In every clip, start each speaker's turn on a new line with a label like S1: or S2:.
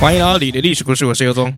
S1: 欢迎来到你的历史故事，我是尤宗。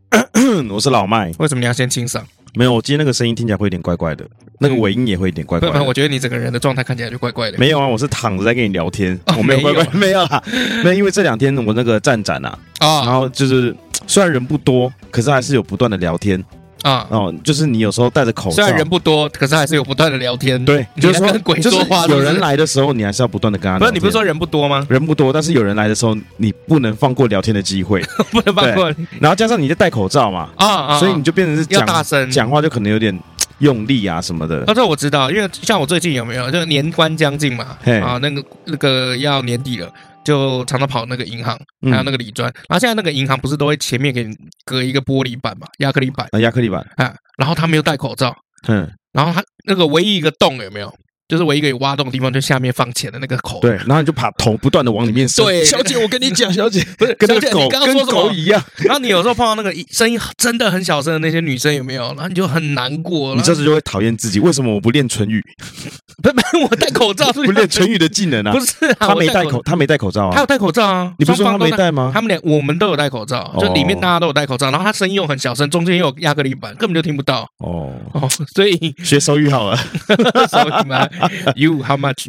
S2: 我是老麦，
S1: 为什么你要先清嗓？
S2: 没有，我今天那个声音听起来会有点怪怪的，那个尾音也会有点怪
S1: 不
S2: 怪
S1: 然
S2: 的。
S1: 我觉得你整个人的状态看起来就怪怪的。
S2: 没有啊，我是躺着在跟你聊天，
S1: 哦
S2: 我没有
S1: 没有
S2: 怪怪， 没有啦，没有，因为这两天我那个站展啊，然
S1: 啊
S2: 后就是虽然人不多，可是还是有不断的聊天
S1: 啊！
S2: 哦，就是你有时候戴着口
S1: 虽
S2: 罩，
S1: 然人不多，可是还是有不断的聊天。
S2: 对，
S1: 你
S2: 就是
S1: 在
S2: 说
S1: 跟鬼
S2: 就是
S1: 说话是不
S2: 有
S1: 是
S2: 人来的时候，你还是要不断的跟他
S1: 不
S2: 聊
S1: 是
S2: 天。
S1: 你不是说人不多 吗？
S2: 人不多，但是有人来的时候，你不能放过聊天的机会，
S1: 不能放过你
S2: 然后加上你在戴口罩嘛，
S1: 啊啊！
S2: 所以你就变成是
S1: 要
S2: 讲
S1: 大声。
S2: 讲话就可能有点用力啊什么的
S1: 啊，。这我知道，因为像我最近有没有，就年关将近嘛，
S2: 嘿
S1: 啊，那个那个要年底了，就常常跑那个银行，
S2: 嗯
S1: 还有那个理专，然后现在那个银行不是都会前面给你隔一个玻璃板嘛，亚克力板
S2: 啊，亚克力板，
S1: 啊，然后他没有戴口罩，
S2: 嗯，
S1: 然后他那个唯一一个洞有没有，就是唯一一个有挖洞的地方，就下面放钱的那个口，
S2: 对，然后你就把头不断的往里面伸。
S1: 对
S2: 小姐，我跟你讲，小姐，
S1: 不是，
S2: 跟那
S1: 小
S2: 个
S1: 姐，
S2: 狗
S1: 你刚刚
S2: 跟
S1: 说什么
S2: 狗？一样。
S1: 然后你有时候碰到那个声音真的很小声的那些女生有没有？然后你就很难过。
S2: 你
S1: 然后
S2: 这时就会讨厌自己，为什么我不练唇语，
S1: 不不，我戴口罩，
S2: 不练唇语的技能啊
S1: 不？是啊，
S2: 他
S1: 我
S2: 没戴
S1: 戴
S2: 口，，他没戴口罩
S1: 他
S2: 啊
S1: 有。戴口罩啊。
S2: 你不是说他
S1: 双方
S2: 没
S1: 都戴？
S2: 戴吗？
S1: 他们俩我们都有戴口罩，就里面
S2: 哦
S1: 大家都有戴口罩，然后他声音又很小声，中间又有亚克力板，根本就听不到
S2: 哦，
S1: 哦。所以
S2: 学手语好了，
S1: 所以嘛，You how much?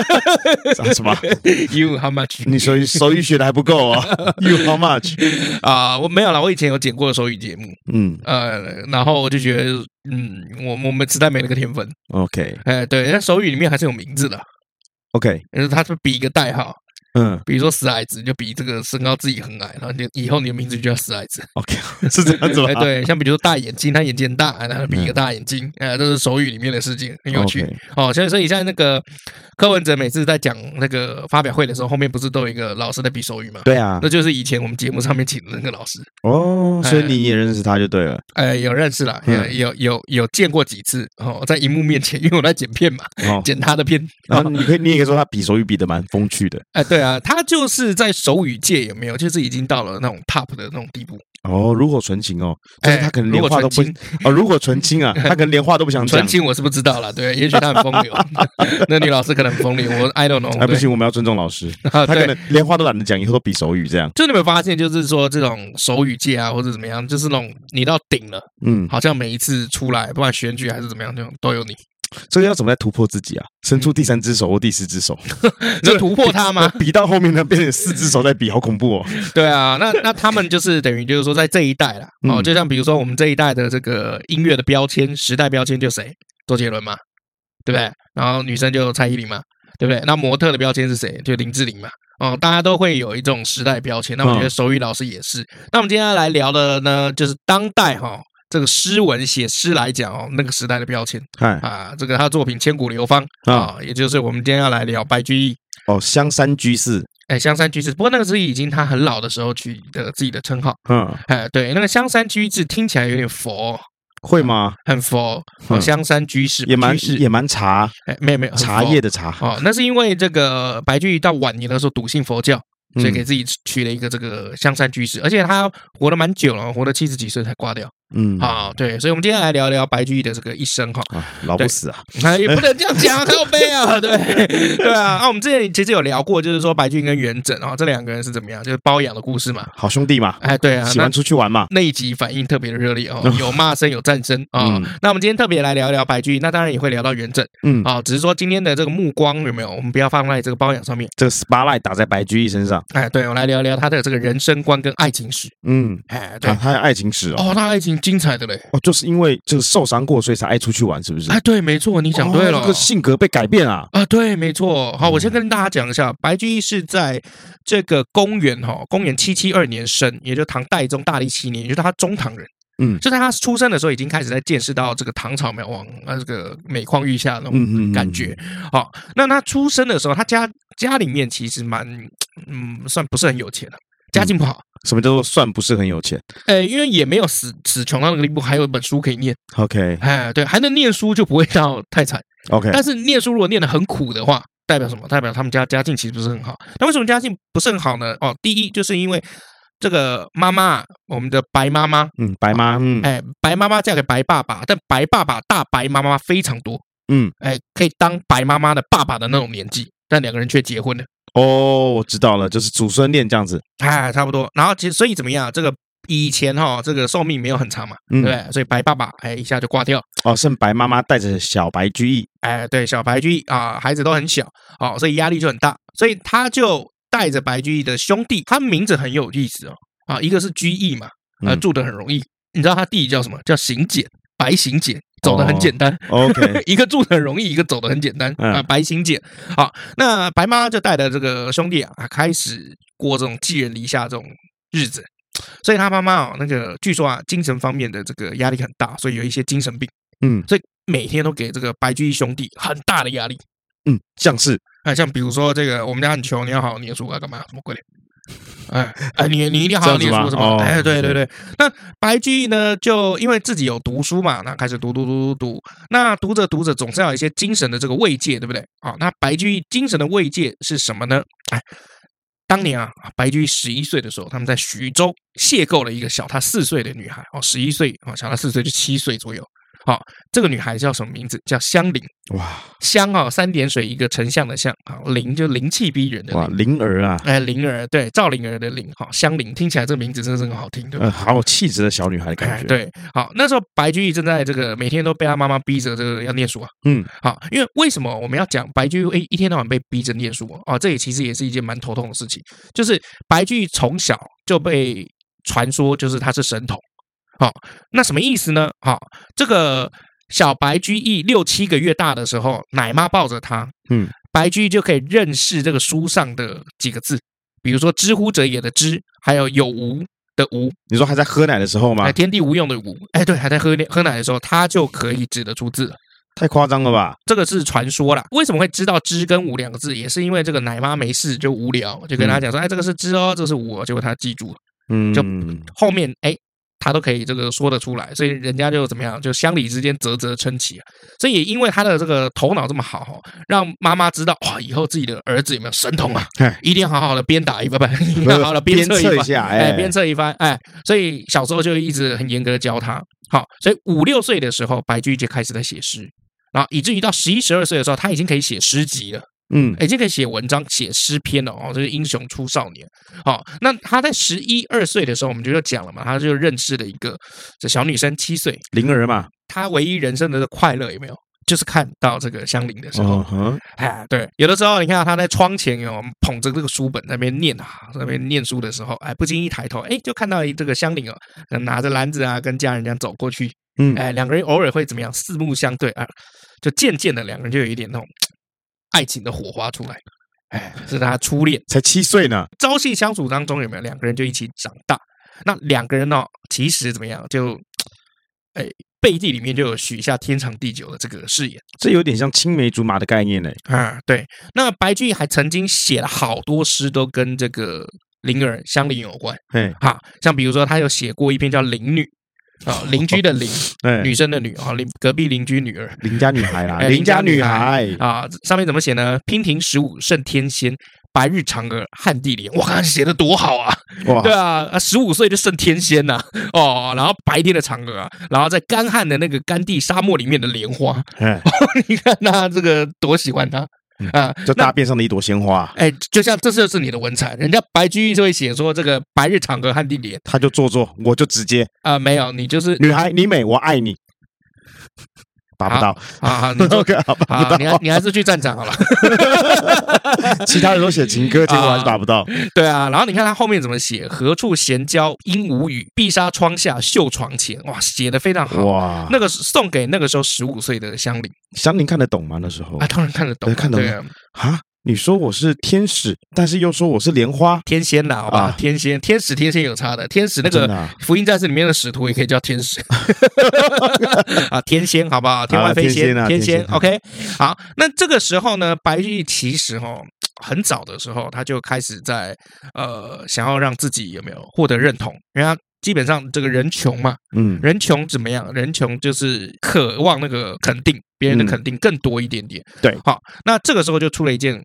S2: 啊 什么？
S1: You how much?
S2: 你手语手语学的还不够啊？You how much？
S1: 啊、我没有啦，我以前有剪过手语节目，
S2: 嗯
S1: 呃，然后我就觉得，嗯，我我们实在没那个天分，
S2: ，OK
S1: 哎，对，那手语里面还是有名字的，
S2: OK，
S1: 就是他是比一个代号，
S2: 嗯
S1: 比如说死矮子，就比这个身高自己很矮，然后你以后你的名字就叫死矮子。
S2: OK，是 这样子
S1: 哎，
S2: 吧？嗯
S1: 对，像比如说大眼睛，他眼睛很大，然后比一个大眼睛，哎，这是手语里面的事情，很有趣
S2: OK。
S1: 哦。所以，所以像那个柯文哲每次在讲那个发表会的时候，后面不是都有一个老师在比手语吗？
S2: 对啊
S1: 那，就是以前我们节目上面请的那个老师，
S2: 哦，所以
S1: 哎
S2: 你也认识他就对了。
S1: 呃，有认识啦，有
S2: 嗯
S1: 有有有见过几次哦，在荧幕面前，因为我在剪片嘛，
S2: 哦，
S1: 剪他的片。
S2: 然后你可以，你也可以说他比手语比的蛮风趣的。
S1: 哎，对啊，他就是在手语界有没有，就是已经到了那种 top 的那种地步。
S2: 哦，如火纯青哦，但是他
S1: 哎
S2: 可能
S1: 如
S2: 连
S1: 果
S2: 话都不
S1: 纯青
S2: 哦，如果纯青啊，他可能连话都不想讲
S1: 纯。情我是不知道啦，对，也许他很风 流，那女老师可能很风流，我 I don't know
S2: 哎，不
S1: 对
S2: 行，我们要尊重老师，
S1: 啊，
S2: 他可
S1: 对
S2: 能。连话都懒得讲，以后都比手语这样。
S1: 就你有没有发现，就是说这种手语界啊，或者怎么样，就是那种你到顶了，
S2: 嗯，
S1: 好像每一次出来，不管选举还是怎么样，就都有你。
S2: 这个要怎么来突破自己啊？伸出第三只手或第四只手，
S1: 嗯你就突破 他吗？
S2: 比到后面呢变成四只手在比，好 恐怖哦。
S1: 对啊，那那他们就是等于就是说在这一代啦，哦，
S2: 嗯
S1: 就像比如说我们这一代的这个音乐的标签，时代标签就谁？周杰伦嘛，对不对？然后女生就蔡依林嘛，对不对？那模特的标签是谁？就林志玲嘛。哦，大家都会有一种时代标签。那我觉得
S2: 嗯
S1: 手语老师也是。那我们今天要来聊的呢，就是当代哈、这个诗文写诗来讲哦，那个时代的标签
S2: 嗨
S1: 啊，这个他的作品《千古流芳》
S2: 啊，
S1: 啊，也就是我们今天要来聊白居易。
S2: 哦，香山居士，
S1: 哎，香山居士，不过那个是已经他很老的时候取的自己的称号。
S2: 嗯，
S1: 哎，对，那个香山居士听起来有点佛，
S2: 会吗？
S1: 很佛。哦，
S2: 嗯
S1: 香山居士
S2: 也蛮
S1: 啊居士
S2: 也蛮茶
S1: 哎，没有没有很
S2: 茶
S1: 佛
S2: 叶的茶，
S1: 哦，那是因为这个白居易到晚年的时候笃信佛教，所以
S2: 嗯
S1: 给自己取了一个这个香山居士，而且他活得蛮久了，活到七十几岁才挂掉。
S2: 嗯，
S1: 啊、对，所以我们今天来聊聊白居易的这个一生哈，
S2: 啊，老不死啊，
S1: 哎也不能这样讲 啊，靠背啊，对对啊，啊，我们之前其实有聊过，就是说白居易跟元稹啊、这两个人是怎么样，就是包养的故事嘛。
S2: 好兄弟嘛，
S1: 哎，对啊，
S2: 喜
S1: 那
S2: 欢出去玩嘛，
S1: 那一集反应特别的热烈哦，有骂声，有战声啊、
S2: 嗯
S1: 那我们今天特别来聊一聊白居易，那当然也会聊到元稹
S2: 嗯，
S1: 啊、只是说今天的这个目光有没有，我们不要放在这个包养上面。
S2: 这个 spotlight 打在白居易身上，
S1: 哎，对我来聊聊他的这个人生观跟爱情史。
S2: 嗯，
S1: 哎，对
S2: 啊，，他的爱情史哦，
S1: 哦，他爱情精彩的嘞。
S2: 哦，就是因为就是受伤过，所以才爱出去玩，是不是？
S1: 哎，对，没错，你讲对了。
S2: 哦这个嗯性格被改变啊。
S1: 啊，对，没错。好，我先跟大家讲一下，白居易是在这个公元哈、公元七七二年生，也就是唐代宗大历七年，也就是他中唐人。
S2: 嗯
S1: 就在他出生的时候，已经开始在见识到这个唐朝没有往呃这个每况愈下的那种
S2: 嗯嗯，嗯
S1: 感觉。。好、那他出生的时候，他家家里面其实蛮嗯，算不是很有钱的、家境不好。
S2: 什么叫做算不是很有钱
S1: 呃，因为也没有死死穷到那个地步，还有一本书可以念，
S2: ？OK
S1: 哎，对，还能念书就不会到太惨。
S2: OK，
S1: 但是念书如果念得很苦的话，代表什么？代表他们家家境其实不是很好。那为什么家境不是很好呢？哦，第一就是因为这个妈妈，我们的白妈妈，
S2: 嗯，白妈，嗯
S1: 哎，白妈妈嫁给白爸爸，但白爸爸大白妈妈非常多，
S2: 嗯，
S1: 哎，可以当白妈妈的爸爸的那种年纪，但两个人却结婚了，
S2: 哦，我知道了，就是祖孙恋这样子，
S1: 哎，差不多。然后其实所以怎么样，啊这个以前哈、这个寿命没有很长嘛，对
S2: 嗯
S1: 不，对？所以白爸爸哎一下就挂掉，
S2: 哦，剩白妈妈带着小白居易，
S1: 哎，对，小白居易啊、孩子都很小，哦，所以压力就很大，所以他就带着白居易的兄弟，他名字很有意思哦，啊，一个是居易嘛，呃，
S2: 嗯
S1: 住的很容易，你知道他弟弟叫什么？叫行简，白行简，走
S2: 哦
S1: 的很简单。
S2: OK，
S1: 一个住的很容易，一个走的很简单
S2: 嗯
S1: 啊、白行简，好，那白妈就带着这个兄弟啊，开始过这种寄人篱下这种日子。所以他妈妈哦，那个据说啊，精神方面的这个压力很大，所以有一些精神病，
S2: 嗯
S1: 所以每天都给这个白居易兄弟很大的压力。
S2: 嗯，像是
S1: 啊，像比如说这个，我们家很穷，你要好好念书啊，干嘛？什么鬼？ 哎哎，你你一定要好好
S2: 这
S1: 念
S2: 样
S1: 书，
S2: 子
S1: 什
S2: 吗
S1: 么？
S2: 哦
S1: 哎，对对对。那白居易呢，就因为自己有读书嘛，那开始读读读读读。那读着读着，总是要有一些精神的这个慰藉，对不对？啊，那白居易精神的慰藉是什么呢？哎，当年啊，白居易十一岁的时候，他们在徐州邂逅了一个小他四岁的女孩，哦，十一岁哦，小他四岁就七岁左右。好、这个女孩叫什么名字？叫香菱。
S2: 哇
S1: 香啊、三点水一个丞相的相啊，灵就灵气逼人的
S2: 哇
S1: 灵，
S2: 灵儿啊，
S1: 哎，灵儿对赵灵儿的灵，好香菱，听起来这名字真是很好听，对吧？
S2: 呃，好有气质的小女孩的感
S1: 哎，
S2: 觉，，
S1: 对，好，那时候白居易正在这个每天都被他妈妈逼着这个要念书啊，
S2: 嗯，
S1: 好，因为为什么我们要讲白居易一一天到晚被逼着念书哦哦？这也其实也是一件蛮头痛的事情，就是白居易从小就被传说就是他是神童，好、那什么意思呢？好、这个小白居易六七个月大的时候，奶妈抱着他，
S2: 嗯，
S1: 白居易就可以认识这个书上的几个字，比如说“知乎者也”的“知”，还有“有无”的“无”，
S2: 你说还在喝奶的时候吗
S1: 哎，？天地无用的无，哎，对，还在喝喝奶的时候，他就可以指得出字了。
S2: 太夸张了吧？
S1: 这个是传说啦。为什么会知道“知”跟“无”两个字，也是因为这个奶妈没事就无聊，就跟他讲说：“哎，这个是‘知’哦，这个是‘无’哦。”结果他记住了，
S2: 嗯，
S1: 就后面哎，他都可以这个说得出来，所以人家就怎么样，就乡里之间啧啧称奇啊。所以也因为他的这个头脑这么好哦，让妈妈知道哇，以后自己的儿子有没有神童啊
S2: 哎，
S1: 一定要好好的鞭打一番，不，一定
S2: 不
S1: 要
S2: 是
S1: 好好的鞭
S2: 鞭
S1: 策
S2: 策
S1: 一
S2: 一
S1: 番。
S2: 下，
S1: 哎，
S2: 哎，
S1: 鞭策一番，哎，所以小时候就一直很严格地教他。好，所以五六岁的时候，白居易就开始在写诗，然后以至于到十一十二岁的时候，他已经可以写诗集了，
S2: 嗯
S1: 已经可以哎写文章、写诗篇了哦，就是英雄出少年。好，那他在十一二岁的时候，我们就讲了嘛，他就认识了一个这小女生，七岁，
S2: 灵儿嘛，
S1: 他唯一人生的快乐有没有？就是看到这个香菱的时候，
S2: 嗯哼，
S1: 哎，对，有的时候你看他在窗前有捧着这个书本在那边念啊，在那边念书的时候，哎，不经意抬头，哎，就看到这个香菱哦，拿着篮子啊，跟家人这样走过去，
S2: 嗯，
S1: 哎，两个人偶尔会怎么样，四目相对啊，就渐渐的两个人就有一点那种爱情的火花出来，哎，是他初恋。
S2: 才七岁呢，
S1: 朝夕相处当中，有没有两个人就一起长大？那两个人呢、其实怎么样，就哎背地里面就有许下天长地久的这个誓言。
S2: 这有点像青梅竹马的概念呢。
S1: 啊，对。那白居易还曾经写了好多诗，都跟这个灵儿、香菱有关
S2: 哎
S1: 哈。像比如说，他有写过一篇叫《邻女》，啊，邻居的邻，
S2: 哎，
S1: 女生的女啊，邻隔壁邻居女儿
S2: 邻家女孩啦，
S1: 哎
S2: 邻家
S1: 邻
S2: 女
S1: 家
S2: 孩，
S1: 啊。上面怎么写呢？娉婷十五胜天仙，白日嫦娥汉地莲。哇，看写的多好啊！
S2: 哇
S1: 对，啊，十五岁就胜天仙呐、哦，然后白天的嫦娥、啊，然后在干旱的那个干地沙漠里面的莲花，
S2: 哎，
S1: 你看他这个多喜欢他啊！
S2: 就
S1: 那
S2: 大便上的一朵鲜花，
S1: 哎，就像这就是你的文采，人家白居易就会写说这个白日嫦娥汉地莲
S2: 他就做作，我就直接，
S1: 啊、没有你就是
S2: 女孩你美，我爱你，达不到
S1: 啊，你 就
S2: ，OK，好吧，
S1: 啊，你还你还是去战场好了，
S2: 其他人都写情 歌，结果还是达不到，
S1: 对啊，然后你看他后面怎么写，何处闲教鹦鹉语，碧纱窗下绣床前，哇，写的非常好。
S2: 哇，
S1: 那个是送给那个时候十五岁的香菱
S2: 香菱看得懂吗？那时候
S1: 啊，当然看得懂啊，
S2: 哦看得懂
S1: 对啊
S2: 啊，你说我是天使，但是又说我是莲花，
S1: 天仙啦，好吧
S2: 啊，
S1: 天仙、天使、天仙有差的，天使那
S2: 真
S1: 个
S2: 的啊
S1: 《福音战士》里面的使徒也可以叫天 使 啊，天仙好不好？天外
S2: 啊
S1: 飞
S2: 天
S1: 仙
S2: 仙，啊
S1: 天
S2: 天
S1: 仙
S2: 仙。
S1: OK，好，那这个时候呢，白居易其实哦，很早的时候他就开始在呃，想要让自己有没有获得认同，因为他基本上这个人穷嘛，
S2: 嗯，
S1: 人穷怎么样？人穷就是渴望那个肯定，别人的肯定更多一点点。
S2: 对
S1: 好，那这个时候就出了一件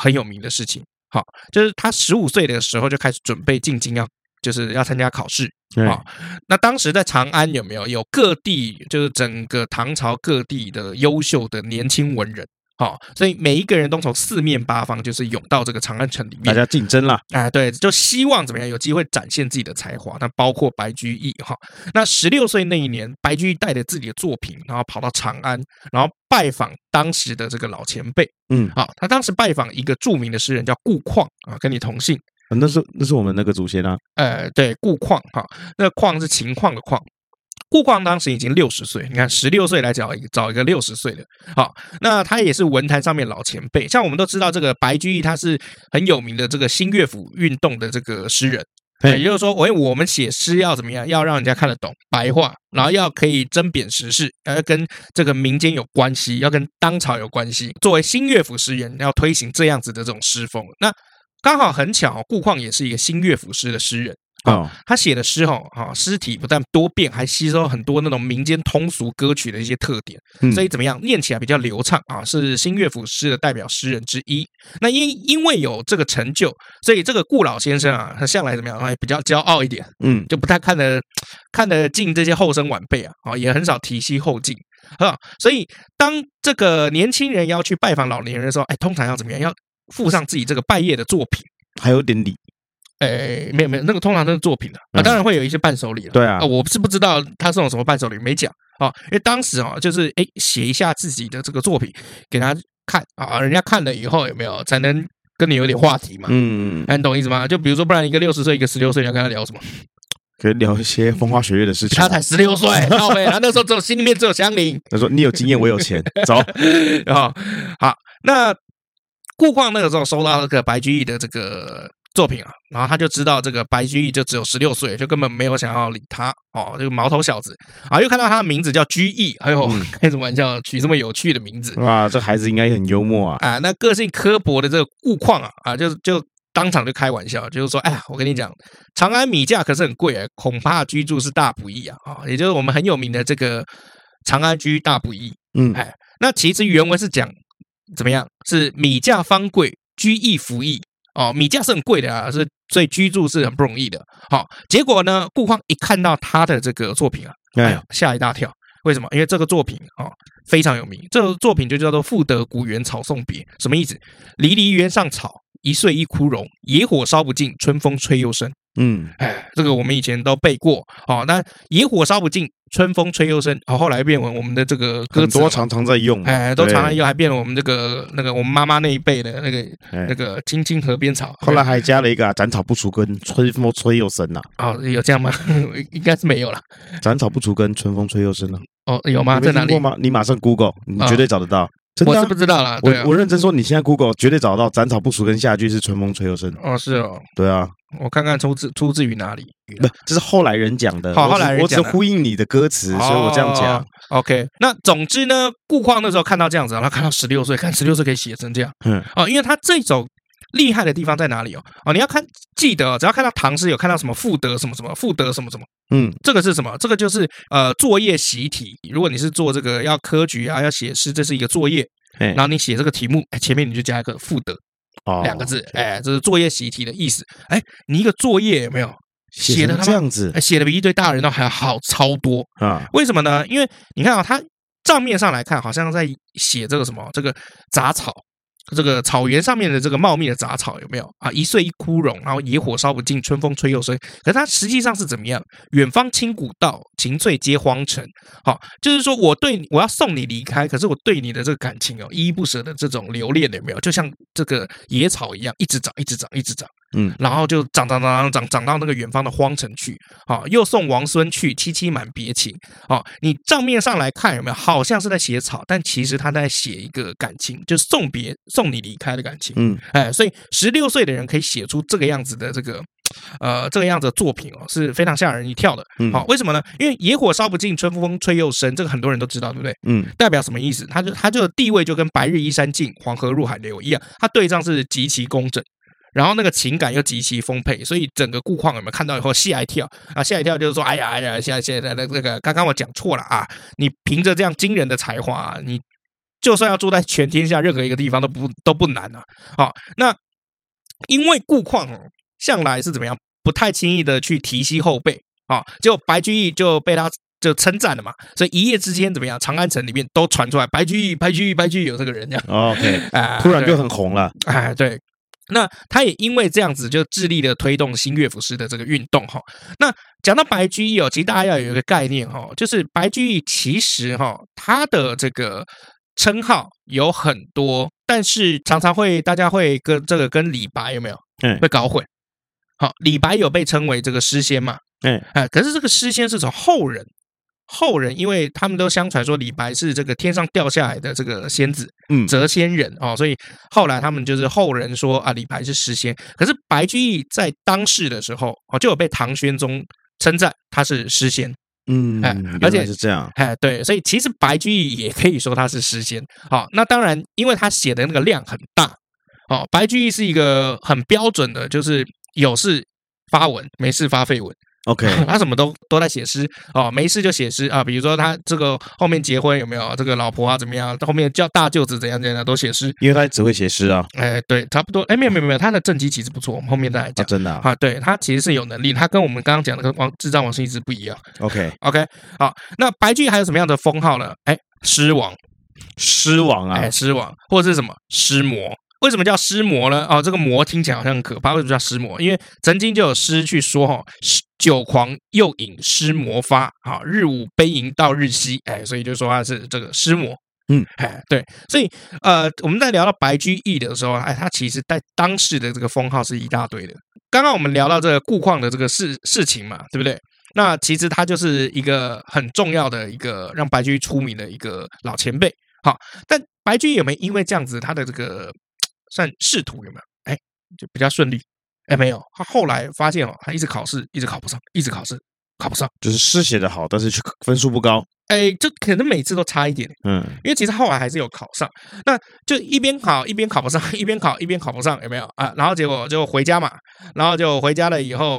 S1: 很有名的事情，好，就是他十五岁的时候就开始准备进京要就是要参加考试。
S2: 对
S1: 好那当时在长安有没有有各地，就是整个唐朝各地的优秀的年轻文人？好、所以每一个人都从四面八方，就是涌到这个长安城里
S2: 大
S1: 面。
S2: 家竞争啦，
S1: 哎，对，就希望怎么样有机会展现自己的才华。那包括白居易哈，那十六岁那一年，白居易带着自己的作品，然后跑到长安，然后拜访当时的这个老前辈。
S2: 嗯，
S1: 好，他当时拜访一个著名的诗人叫顾况啊，跟你同姓。
S2: 呃那是那是我们那个祖先啊，
S1: 呃，对，顾况哈，那况是情况的况。顾况当时已经六十岁，你看十六岁来找一个找一个六十岁的，好，那他也是文坛上面老前辈。像我们都知道，这个白居易他是很有名的这个新乐府运动的这个诗人，
S2: 嘿
S1: 呃也就是说，喂，我们写诗要怎么样？要让人家看得懂白话，然后要可以甄贬时事，要跟这个民间有关系，要跟当朝有关系。作为新乐府诗人，要推行这样子的这种诗风。那刚好很巧，顾况也是一个新乐府诗的诗人。
S2: 哦，
S1: 他写的诗哦，哈，诗体不但多变，还吸收很多那种民间通俗歌曲的一些特点，
S2: 嗯
S1: 所以怎么样念起来比较流畅啊，是新乐府诗的代表诗人之一。那因因为有这个成就，所以这个顾老先生啊，他向来怎么样，哎，比较骄傲一点，
S2: 嗯，
S1: 就不太看得看得进这些后生晚辈啊，啊，也很少提携后进啊。所以当这个年轻人要去拜访老年人的时候，哎，通常要怎么样？要附上自己这个拜谒的作品。
S2: 还有点理，
S1: 哎，没有没有，那个通常都是作品的啊，
S2: 嗯
S1: 当然会有一些伴手礼了。
S2: 对啊
S1: 啊，我是不知道他送了什么伴手礼，没讲啊，因为当时啊，就是哎写一下自己的这个作品给他看啊，人家看了以后有没有才能跟你有点话题嘛？
S2: 嗯，
S1: 哎你懂意思吗？就比如说，不然一个六十岁，一个十六岁，你要跟他聊 什么？
S2: 可以聊一些风花雪月的事情。啊
S1: 他才十六岁，靠背，他那时候只有心里面只有香菱，
S2: 他说你有经验，我有 钱，走，
S1: 然后好，那顾况那个时候收到那个白居易的这个作品啊，然后他就知道这个白居易就只有十六岁，就根本没有想要理他哦，这个毛头小子啊，又看到他的名字叫居易，哎呦， 开什么玩笑，取这么有趣的名字
S2: 哇，这孩子应该很幽默啊，
S1: 啊？那个性刻薄的这个顾况啊，啊，就就。当场就开玩笑，就是说，哎呀，我跟你讲，长安米价可是很贵哎，恐怕居住是大不易啊！啊、也就是我们很有名的这个长安居大不易。
S2: 嗯
S1: 哎那其实原文是讲怎么样？是米价方贵，居易服役。哦，米价是很贵的啊，是所以居住是很不容易的。好、结果呢，顾况一看到他的这个作品啊，哎呦
S2: 哎，，
S1: 吓一大跳。为什么？因为这个作品啊、哦、非常有名，这个作品就叫做《赋得古原草送别》，什么意思？离离原上草，一岁一枯荣，野火烧不尽，春风吹又生。
S2: 嗯，
S1: 哎，这个我们以前都背过。哦，那野火烧不尽，春风吹又生。哦，后来变为我们的这个歌
S2: 很
S1: 词
S2: 多
S1: 了
S2: 常常在用，啊
S1: 哎，都常常
S2: 嗯对，
S1: 用，还变了我们这个那个我们妈妈那一辈的那个
S2: 哎
S1: 那个青青河边草。
S2: 后来还加了一个啊，斩草不除根，春风吹又生呐，
S1: 哦，有这样吗？ 应该是没有了。
S2: 斩草不除根，春风吹又生啊，
S1: 哦，有吗？
S2: 你
S1: 在
S2: 没
S1: 哪
S2: 听
S1: 里
S2: 过？吗？你马上 Google，你
S1: 啊
S2: 绝对找得到，真
S1: 我
S2: 的
S1: 是
S2: 啊
S1: 不。知道啦。对啊
S2: 我，我认真说，你现在 Google 绝对找得到“斩草不除根”下一句是“春风吹又生
S1: 哦是哦，”。
S2: 对啊，
S1: 我看看出自出自于哪里。
S2: 不，这是后来人讲的。
S1: 好
S2: 我只
S1: 后来人
S2: 我只
S1: 讲的
S2: 呼应你的歌词，所以我这样讲
S1: 哦。。OK，那总之呢，顾况那时候看到这样子，然后看到十六岁，看十六岁可以写成这样。
S2: 嗯，
S1: 哦，因为他这首厉害的地方在哪里哦？哦，你要看记得哦，只要看到唐诗有看到什么赋得什么什么赋得什么什么。
S2: 嗯，
S1: 这个是什么？这个就是呃作业习题。如果你是做这个要科举啊，要写诗，这是一个作业，
S2: 哎
S1: 然后你写这个题目，哎，前面你就加一个赋得
S2: 哦
S1: 两个字，哎，这是作业习题的意思。哎，你一个作业有没有写
S2: 写
S1: 的他
S2: 成这
S1: 妈，哎
S2: 样子
S1: 哎，写的比一堆大人都还好超多？
S2: 啊，
S1: 为什么呢？因为你看啊，他账面上来看，好像在写这个什么这个杂草。这个草原上面的这个茂密的杂草有没有啊？一岁一枯荣，然后野火烧不尽，春风吹又生。可是它实际上是怎么样？远方清古道，晴翠皆荒城。好、就是说我对你我要送你离开，可是我对你的这个感情哦，依依不舍的这种留恋有没有？就像这个野草一样，一直长，一直长，一直长。
S2: 嗯，
S1: 然后就长长长长长长到那个远方的荒城去。好、又送王孙去，萋萋满别情。哦，你账面上来看有没有好像是在写草，但其实他在写一个感情，就是送别、送你离开的感情。
S2: 嗯，
S1: 哎，所以十六岁的人可以写出这个样子的这个，呃，这个样子的作品哦，是非常吓人一跳的。
S2: 嗯
S1: 好、为什么呢？因为野火烧不尽，春风吹又生，这个很多人都知道，对不对？
S2: 嗯，
S1: 代表什么意思？他就他就地位就跟白日依山尽，黄河入海流一样，他对仗是极其工整。然后那个情感又极其丰沛，所以整个顾况有没有看到以后吓一跳啊？吓一跳就是说，哎呀哎呀，吓吓那那那个，刚刚我讲错了啊！你凭着这样惊人的才华、你就算要住在全天下任何一个地方都不都不难啊！好、那因为顾况哦向来是怎么样不太轻易的去提携后辈啊。结果白居易就被他就称赞了嘛，所以一夜之间怎么样，长安城里面都传出来白居易、白居易、白居易有这个人这样。
S2: OK，
S1: 啊，
S2: 突然
S1: 对
S2: 就很红了。
S1: 哎，对。那他也因为这样子，就致力的推动新乐府诗的这个运动哈。那讲到白居易哦，其实大家要有一个概念哈，就是白居易其实哈，他的这个称号有很多，但是常常会大家会跟这个跟李白有没有
S2: 嗯
S1: 会搞混？好，李白有被称为这个诗仙嘛？
S2: 嗯，
S1: 哎，可是这个诗仙是从后人，后人因为他们都相传说李白是这个天上掉下来的这个仙子，
S2: 嗯
S1: 谪仙人哦，所以后来他们就是后人说啊，李白是诗仙。可是白居易在当世的时候哦，就有被唐玄宗称赞他是诗仙。
S2: 嗯
S1: 哎，
S2: 原
S1: 而且
S2: 来是这样。
S1: 哎，对，所以其实白居易也可以说他是诗仙。好、那当然，因为他写的那个量很大。哦，白居易是一个很标准的，就是有事发文，没事发废文。
S2: OK，
S1: 他什么都都在写诗哦，没事就写诗啊。比如说他这个后面结婚有没有这个老婆啊怎么样，后面叫大舅子怎样怎样都写诗。
S2: 因为他只会写诗 啊，
S1: 哎，对，差不多。哎，没有没有没有，他的政绩其实不错，我们后面再来
S2: 啊，
S1: 讲。
S2: 真的啊。
S1: 啊，对他其实是有能力，他跟我们刚刚讲的跟王智障王心一直不一样。
S2: OK，
S1: OK，好，那白居易还有什么样的封号呢？哎，诗王，
S2: 诗王啊
S1: 哎，，诗王，或者是什么诗魔？为什么叫诗魔呢？哦，这个魔听起来好像很可怕，为什么叫诗魔？因为曾经就有诗去说哈、哦，诗酒狂又饮诗魔发，啊、日午悲吟到日西，哎，所以就说他是这个诗魔。
S2: 嗯，
S1: 哎，对，所以呃，我们在聊到白居易的时候啊，哎，他其实在当时的这个封号是一大堆的。刚刚我们聊到这个顾况的这个事事情嘛，对不对？那其实他就是一个很重要的一个让白居易出名的一个老前辈。好，但白居易有没有因为这样子，他的这个算仕途有没有？哎，就比较顺利。哎，没有，他后来发现哦，他一直考试，一直考不上，一直考试，考不上。
S2: 就是诗写的好，但是却分数不高。
S1: 哎，就可能每次都差一点，
S2: 嗯，
S1: 因为其实后来还是有考上。那就一边考一边考不上，一边考一边考不上，有没有啊？然后结果就回家嘛，然后就回家了以后，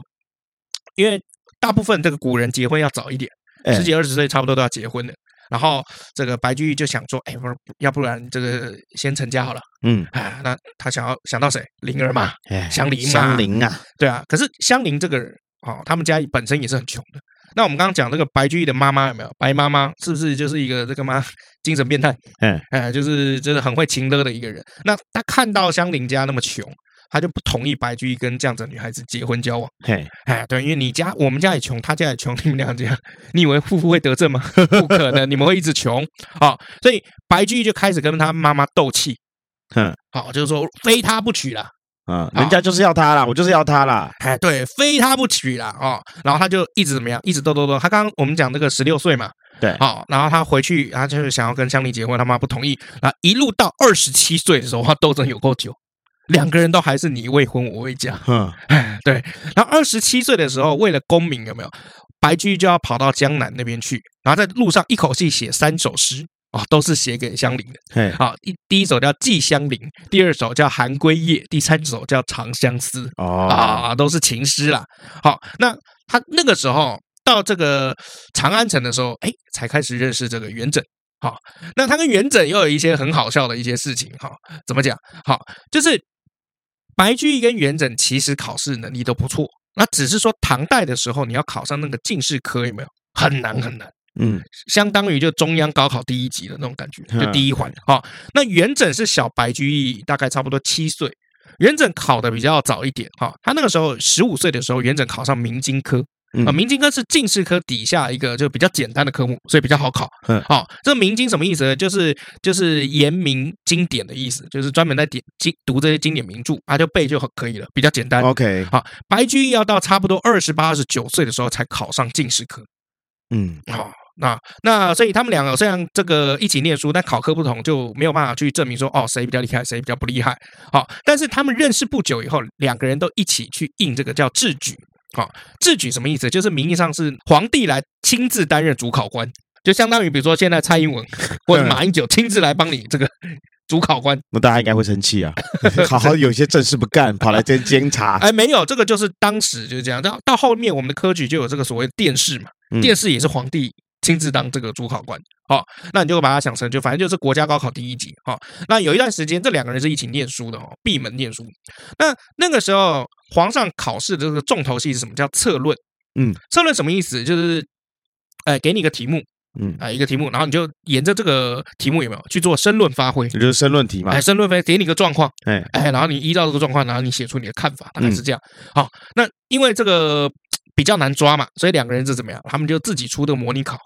S1: 因为大部分这个古人结婚要早一点。
S2: 哎
S1: 十几二十岁差不多都要结婚了。然后这个白居易就想说，哎，不是，要不然这个先成家好了
S2: 嗯，
S1: 啊。那他想要想到谁？灵儿嘛，
S2: 哎
S1: 香菱嘛
S2: 香菱啊，
S1: 对啊。可是香菱这个人，哦，他们家本身也是很穷的。那我们刚刚讲这个白居易的妈妈有没有？白妈妈是不是就是一个这个妈精神变态？
S2: 嗯，
S1: 哎，就是就是很会情勒的一个人。那他看到香菱家那么穷，他就不同意白居易跟这样子的女孩子结婚交往。
S2: 嘿，
S1: 哎，对，因为你家我们家也穷，他家也穷，你们两家，你以为夫妇会得正吗？不可能，你们会一直穷哦。所以白居易就开始跟他妈妈斗气，
S2: 哼，
S1: 哦，就是说非他不娶啦，
S2: 啊，人家就是要他啦，我就是要他啦。
S1: 哎，对，非他不娶啦，哦。然后他就一直怎么样，一直斗斗斗。他刚刚我们讲那个十六岁嘛，
S2: 对
S1: 好、然后他回去，他就是想要跟香菱结婚，他妈不同意，然后一路到二十七岁的时候，他斗争有够久，两个人都还是你未婚我未嫁。
S2: 哼，
S1: 哎，对。然后二十七岁的时候，为了功名，有没有？白居易就要跑到江南那边去，然后在路上一口气写三首诗哦，都是写给香菱的。
S2: 嘿，
S1: 好，一第一首叫《寄香菱》，第二首叫《寒归夜》，第三首叫《长相思》
S2: 哦，
S1: 啊，都是情诗啦。好，那他那个时候到这个长安城的时候，哎，才开始认识这个元稹。好，那他跟元稹又有一些很好笑的一些事情哈。怎么讲？好，就是白居易跟元稹其实考试能力都不错，那只是说唐代的时候你要考上那个进士科有没有很难很难。
S2: 嗯，
S1: 相当于就中央高考第一级的那种感觉，
S2: 嗯
S1: 就第一环。好，那元稹是小白居易，大概差不多七岁。元稹考的比较早一点，哈，他那个时候十五岁的时候，元稹考上明经科，
S2: 嗯
S1: 啊，明经科是进士科底下一个就比较简单的科目，所以比较好考
S2: 嗯。
S1: 好，这明经什么意思呢？就是就是研明经典的意思，就是专门在典经读这些经典名著，啊，就背就很可以了，比较简单。
S2: OK，
S1: 好，白居易要到差不多二十八、二十九岁的时候才考上进士科，
S2: 嗯，
S1: 哦，那那所以他们两个虽然这个一起念书，但考科不同，就没有办法去证明说哦谁比较厉害，谁比较不厉害。好、但是他们认识不久以后，两个人都一起去应这个叫制举。好、制举什么意思？就是名义上是皇帝来亲自担任主考官，就相当于比如说现在蔡英文 或者马英九亲自来帮你这个 主考官。
S2: 那大家应该会生 气啊。好好有些正事不干，跑来这边监察。
S1: 哎，没有，这个就是当时就是这样。到到后面我们的科举就有这个所谓殿试嘛，
S2: 嗯
S1: 殿试也是皇帝亲自当这个主考官。哦，那你就把它想成就反正就是国家高考第一级。哦，那有一段时间这两个人是一起念书的哦，闭门念书。那那个时候皇上考试的这个重头戏是什么？叫策论。
S2: 嗯，
S1: 策论什么意思？就是，哎、给你一个题目，
S2: 嗯，
S1: 啊、一个题目，然后你就沿着这个题目有没有去做申论发挥？
S2: 也就是申论题嘛
S1: 哎，，申论发挥给你一个状况，
S2: 哎，
S1: 哎，然后你依照这个状况，然后你写出你的看法，大概是这样。好，那因为这个嘖比较难抓嘛，所以两个人是怎么样？他们就自己出的模拟考，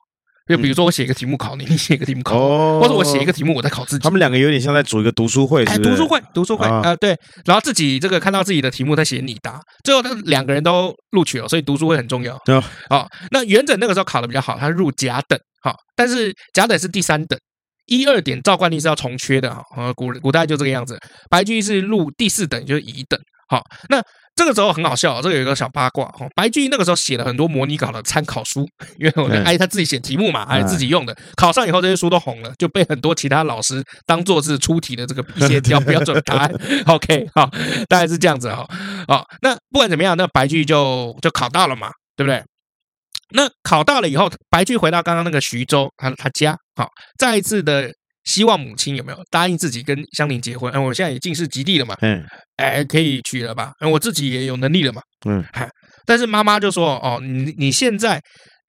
S1: 就比如说我写一个题目考你，你写一个题目考我，
S2: 哦，
S1: 或者我写一个，题目我再考自己
S2: 他。们两个有点像在组一个读书会，
S1: 哎，
S2: 是不
S1: 读
S2: 是
S1: 书，会，读书会，
S2: 啊
S1: 啊，对，然后自己这个看到自己的题目再写你答，最后他两个人都录取了，所以读书会很重要。
S2: 哦
S1: 哦，那元稹那个时候考的比较好，他入甲等，好、但是甲等是第三等，一二点照惯例是要重缺的哈、哦，呃古古代就这个样子，白居易是入第四等，也就是乙等，好、那。这个时候很好笑、这个有一个小八卦哦。白居易那个时候写了很多模拟考的参考书，因为我的
S2: 嗯
S1: 哎他自己写题目嘛，哎
S2: 嗯
S1: 自己用的。考上以后这些书都红了，就被很多其他老师当做是出题的这个一些标 标准答案。OK，好，大概是这样子哈、哦。哦，那不管怎么样，那白居易就就考到了嘛，对不对？那考到了以后，白居易回到刚刚那个徐州，他他家，好、再一次的希望母亲有没有答应自己跟香菱结婚？哎，我现在也进士及第了嘛，
S2: 嗯，
S1: 哎，可以娶了吧？哎，我自己也有能力了嘛，
S2: 嗯
S1: 哎，但是妈妈就说，哦，你你现在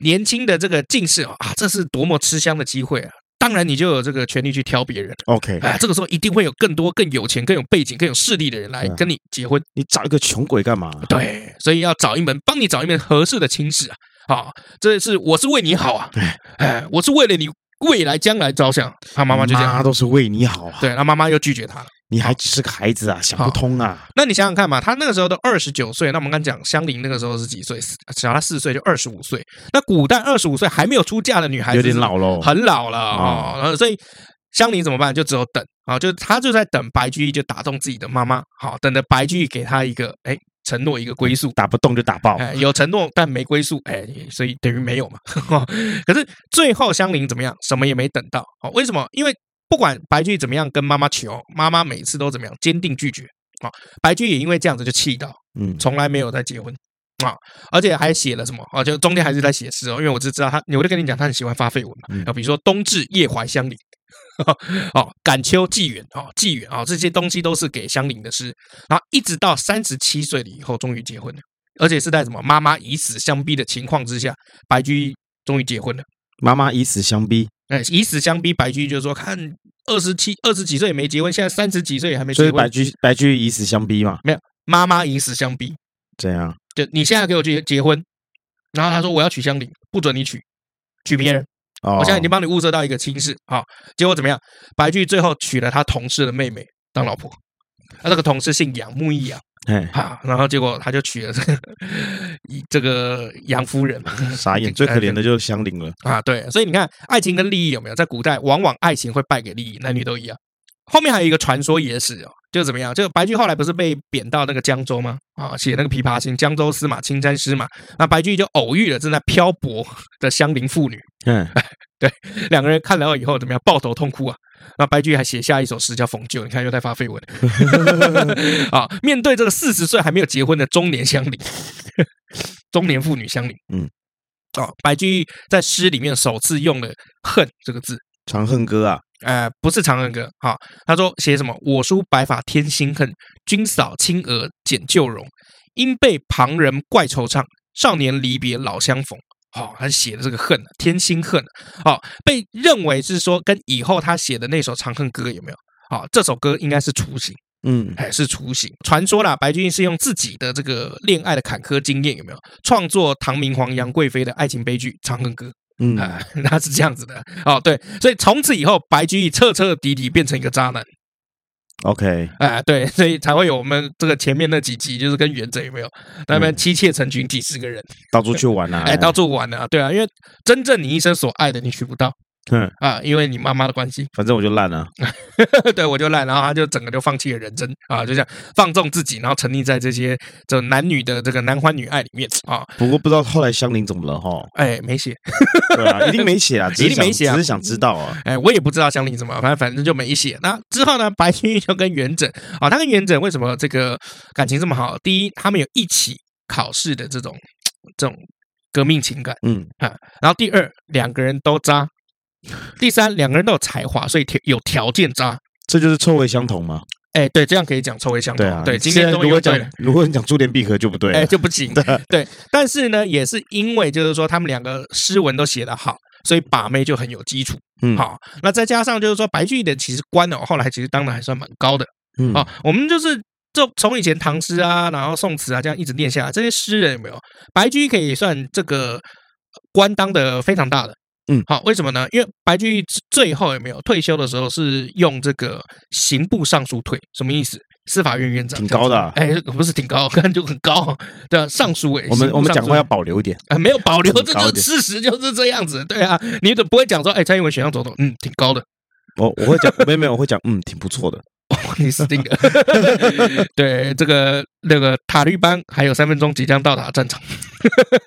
S1: 年轻的这个进士哦啊，这是多么吃香的机会啊！当然，你就有这个权利去挑别人。
S2: OK，
S1: 哎，这个时候一定会有更多更有钱、更有背景、更有势力的人来
S2: 嗯
S1: 跟你结婚。
S2: 你找一个穷鬼干嘛？
S1: 对，所以要找一门帮你找一门合适的亲事啊！好、这是我是为你好啊，哎，我是为了你未来将来着想。他妈妈就这
S2: 妈
S1: 样，
S2: 都是为你好啊，
S1: 对，他妈妈又拒绝他了。
S2: 你还只是个孩子啊，想不通啊，
S1: 那你想想看嘛，他那个时候都二十九岁，那我们刚讲香菱那个时候是几岁？小他四岁就二十五岁。那古代二十五岁还没有出嫁的女孩子，
S2: 有点，老喽。
S1: 很老了哦。然后所以香菱怎么办？就只有等啊，就他就在等白居易就打动自己的妈妈，好，等着白居易给他一个哎承诺一个归宿。
S2: 打不动就打爆，
S1: 哎，有承诺但没归宿，哎，所以等于没有嘛。 哦可是最后香菱怎么样？什么也没等到哦。为什么？因为不管白居易怎么样跟妈妈求，妈妈每次都怎么样坚定拒绝。哦，白居易也因为这样子就气到，
S2: 嗯，
S1: 从来没有再结婚啊，而且还写了什么啊？就中间还是在写诗哦，因为我只知道他，我就跟你讲，他很喜欢发废文嘛
S2: 嗯，
S1: 啊，比如说冬至夜怀乡邻。 哦，感秋寄远哦，寄远哦，这些东西都是给乡邻的诗。然后一直到三十七岁了以后，终于结婚了，而且是在什么妈妈以死相逼的情况之下，白居易终于结婚了。
S2: 妈妈以死相逼，
S1: 哎，以死相逼，白居易就说：“看二十七、二十几岁也没结婚，现在三十几岁也还没
S2: 所以
S1: 结
S2: 白
S1: 婚，
S2: 居白居易以死相逼嘛，
S1: 妈妈以死相逼。”
S2: 这样
S1: 就你现在给我结结婚，然后他说我要娶香菱，不准你娶，娶别人。我
S2: 哦，
S1: 现在已经帮你物色到一个亲事，好，结果怎么样？白居易最后娶了他同事的妹妹当老婆，他这个同事姓杨，木易杨
S2: 哎
S1: 啊，然后结果他就娶了这个 一这个杨夫人嘛
S2: 傻眼，最可怜的就是香菱了，
S1: 啊，对，所以你看爱情跟利益有没有？在古代，往往爱情会败给利益，男女都一样。后面还有一个传说野史哦，就怎么样？就白居易后来不是被贬到那个江州吗？啊，写那个《琵琶行》，江州司马青毡师嘛。那白居易就偶遇了正在漂泊的乡邻妇女，
S2: 嗯，
S1: 两个人看了以后怎么样？抱头痛哭啊！那白居易还写下一首诗叫《逢旧》，你看又在发绯闻 啊！面对这个四十岁还没有结婚的中年乡邻， 中年妇女乡邻，
S2: 嗯，
S1: 哦，白居易在诗里面首次用了“恨”这个字，
S2: 《长恨歌》 啊，
S1: 呃，不是《长恨歌》哈、他说写什么？我书白发添新恨，君扫青娥减旧容。因被旁人怪惆怅，少年离别老相逢。哦，他写的这个恨，添新恨，哦，被认为是说跟以后他写的那首《长恨歌》有没有？哦，这首歌应该是雏形，
S2: 嗯，
S1: 哎，是雏形。传说啦，白居易是用自己的这个恋爱的坎坷经验有没有，创作唐明皇杨贵妃的爱情悲剧《长恨歌》。
S2: 嗯，
S1: 啊，他是这样子的哦，对，所以从此以后，白居易彻彻底底变成一个渣男，
S2: OK，
S1: 哎、对，所以才会有我们这个前面那几集，就是跟元稹有没有，那边妻妾成群几十个人，
S2: 到处去玩啊，
S1: 哎、到处玩啊，对啊，因为真正你一生所爱的你娶不到
S2: 嗯，
S1: 啊，因为你妈妈的关系，
S2: 反正我就烂了，
S1: 对我就烂，然后他就整个就放弃了人生啊，就这样放纵自己，然后沉溺在这些这男女的这个男欢女爱里面啊，
S2: 不过不知道后来香菱怎么了哈，
S1: 哎，没写，
S2: 对啊，一定 没写啊，只是
S1: 一定没写啊
S2: 想只是想知道啊，
S1: 哎，我也不知道香菱怎么，反正反正就没写。那之后呢，白居易就跟元稹啊，他跟元稹为什么这个感情这么好？第一，他们有一起考试的这种这种革命情感。啊
S2: 嗯
S1: 然后第二，两个人都渣；第三，两个人都有才华，所以条有条件渣。
S2: 这就是臭味相同嘛。
S1: 哎，对，这样可以讲臭味相投。
S2: 对啊，
S1: 对，今
S2: 现
S1: 天
S2: 在
S1: 终
S2: 如
S1: 于
S2: 果
S1: 有对了
S2: 讲。如果你讲珠联璧合就不对啊
S1: 哎，
S2: 了。
S1: 就不行。对，但是呢，也是因为就是说他们两个诗文都写得好，所以把妹就很有基础。
S2: 嗯
S1: 好，那再加上就是说白居易的其实官哦，后来其实当的还算蛮高的。
S2: 嗯
S1: 哦，我们就是就从以前唐诗啊，然后宋词啊，这样一直念下来，这些诗人有没有？白居易可以算这个官当的非常大的。
S2: 嗯
S1: 好，为什么呢？因为白居易最后有没有退休的时候是用这个刑部尚书退，什么意思？司法院院长
S2: 挺高的啊
S1: 哎，不是挺高， 看就很高，对啊，尚书哎，
S2: 我们
S1: 刑部
S2: 我们
S1: 尚
S2: 讲
S1: 书
S2: 话要保留一点。
S1: 哎没有保留，
S2: 很
S1: 这
S2: 高
S1: 就
S2: 的
S1: 事实就是这样子，对啊，你都不会讲说，哎，蔡英文选上总统，嗯，挺高的，
S2: 我我会讲，没有没有，我会讲，嗯，挺不错的。
S1: 你死定了！ 对，这个那个塔利班还有三分钟即将到达战场，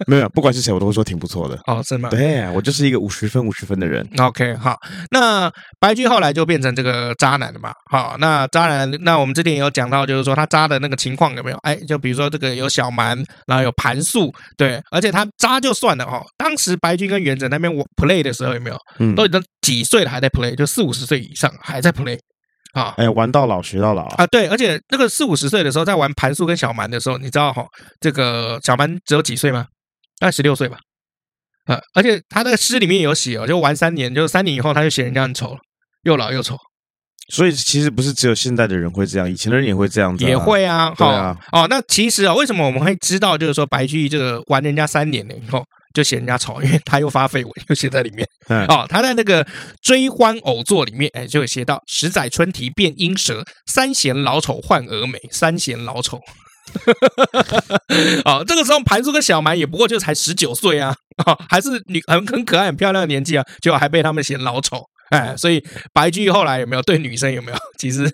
S2: 没有，不管是谁，我都会说挺不错的。
S1: 哦，是吗？
S2: 对我就是一个五十分五十分的人。
S1: OK，好，那白居后来就变成这个渣男了嘛？好，那渣男，那我们之前也有讲到，就是说他渣的那个情况有没有？哎，就比如说这个有小蛮，然后有盘素，对，而且他渣就算了哦。当时白居跟元稹那边我 play 的时候有没有？
S2: 嗯，
S1: 都已经几岁了还在 play，就四五十岁以上还在 play 啊。
S2: 哎，玩到老学到老啊。
S1: 啊，对，而且那个四五十岁的时候，在玩盘素跟小蛮的时候，你知道哈、这个小蛮只有几岁吗？大概十六岁吧。啊，而且他那个诗里面有写哦，就玩三年，就是三年以后他就嫌人家很丑了，又老又丑，
S2: 所以其实不是只有现代的人会这样，以前的人也会这样子、
S1: 也。会啊，
S2: 对
S1: 哈、
S2: 啊
S1: 哦，那其实啊、哦，为什么我们会知道，就是说白居易这个玩人家三年了以后就嫌人家丑，因为他又发绯闻，又写在里面。
S2: 嗯
S1: 哦，他在那个《追欢偶作》里面，哎，就有写到“十载春啼变莺舌，三弦老丑换蛾眉”，三弦老丑。 哦，这个时候盘叔跟小蛮也不过就才十九岁啊， 哦，还是女很很可爱、很漂亮的年纪啊，结果还被他们嫌老丑。哎，所以白居易后来有没有对女生有没有， 其实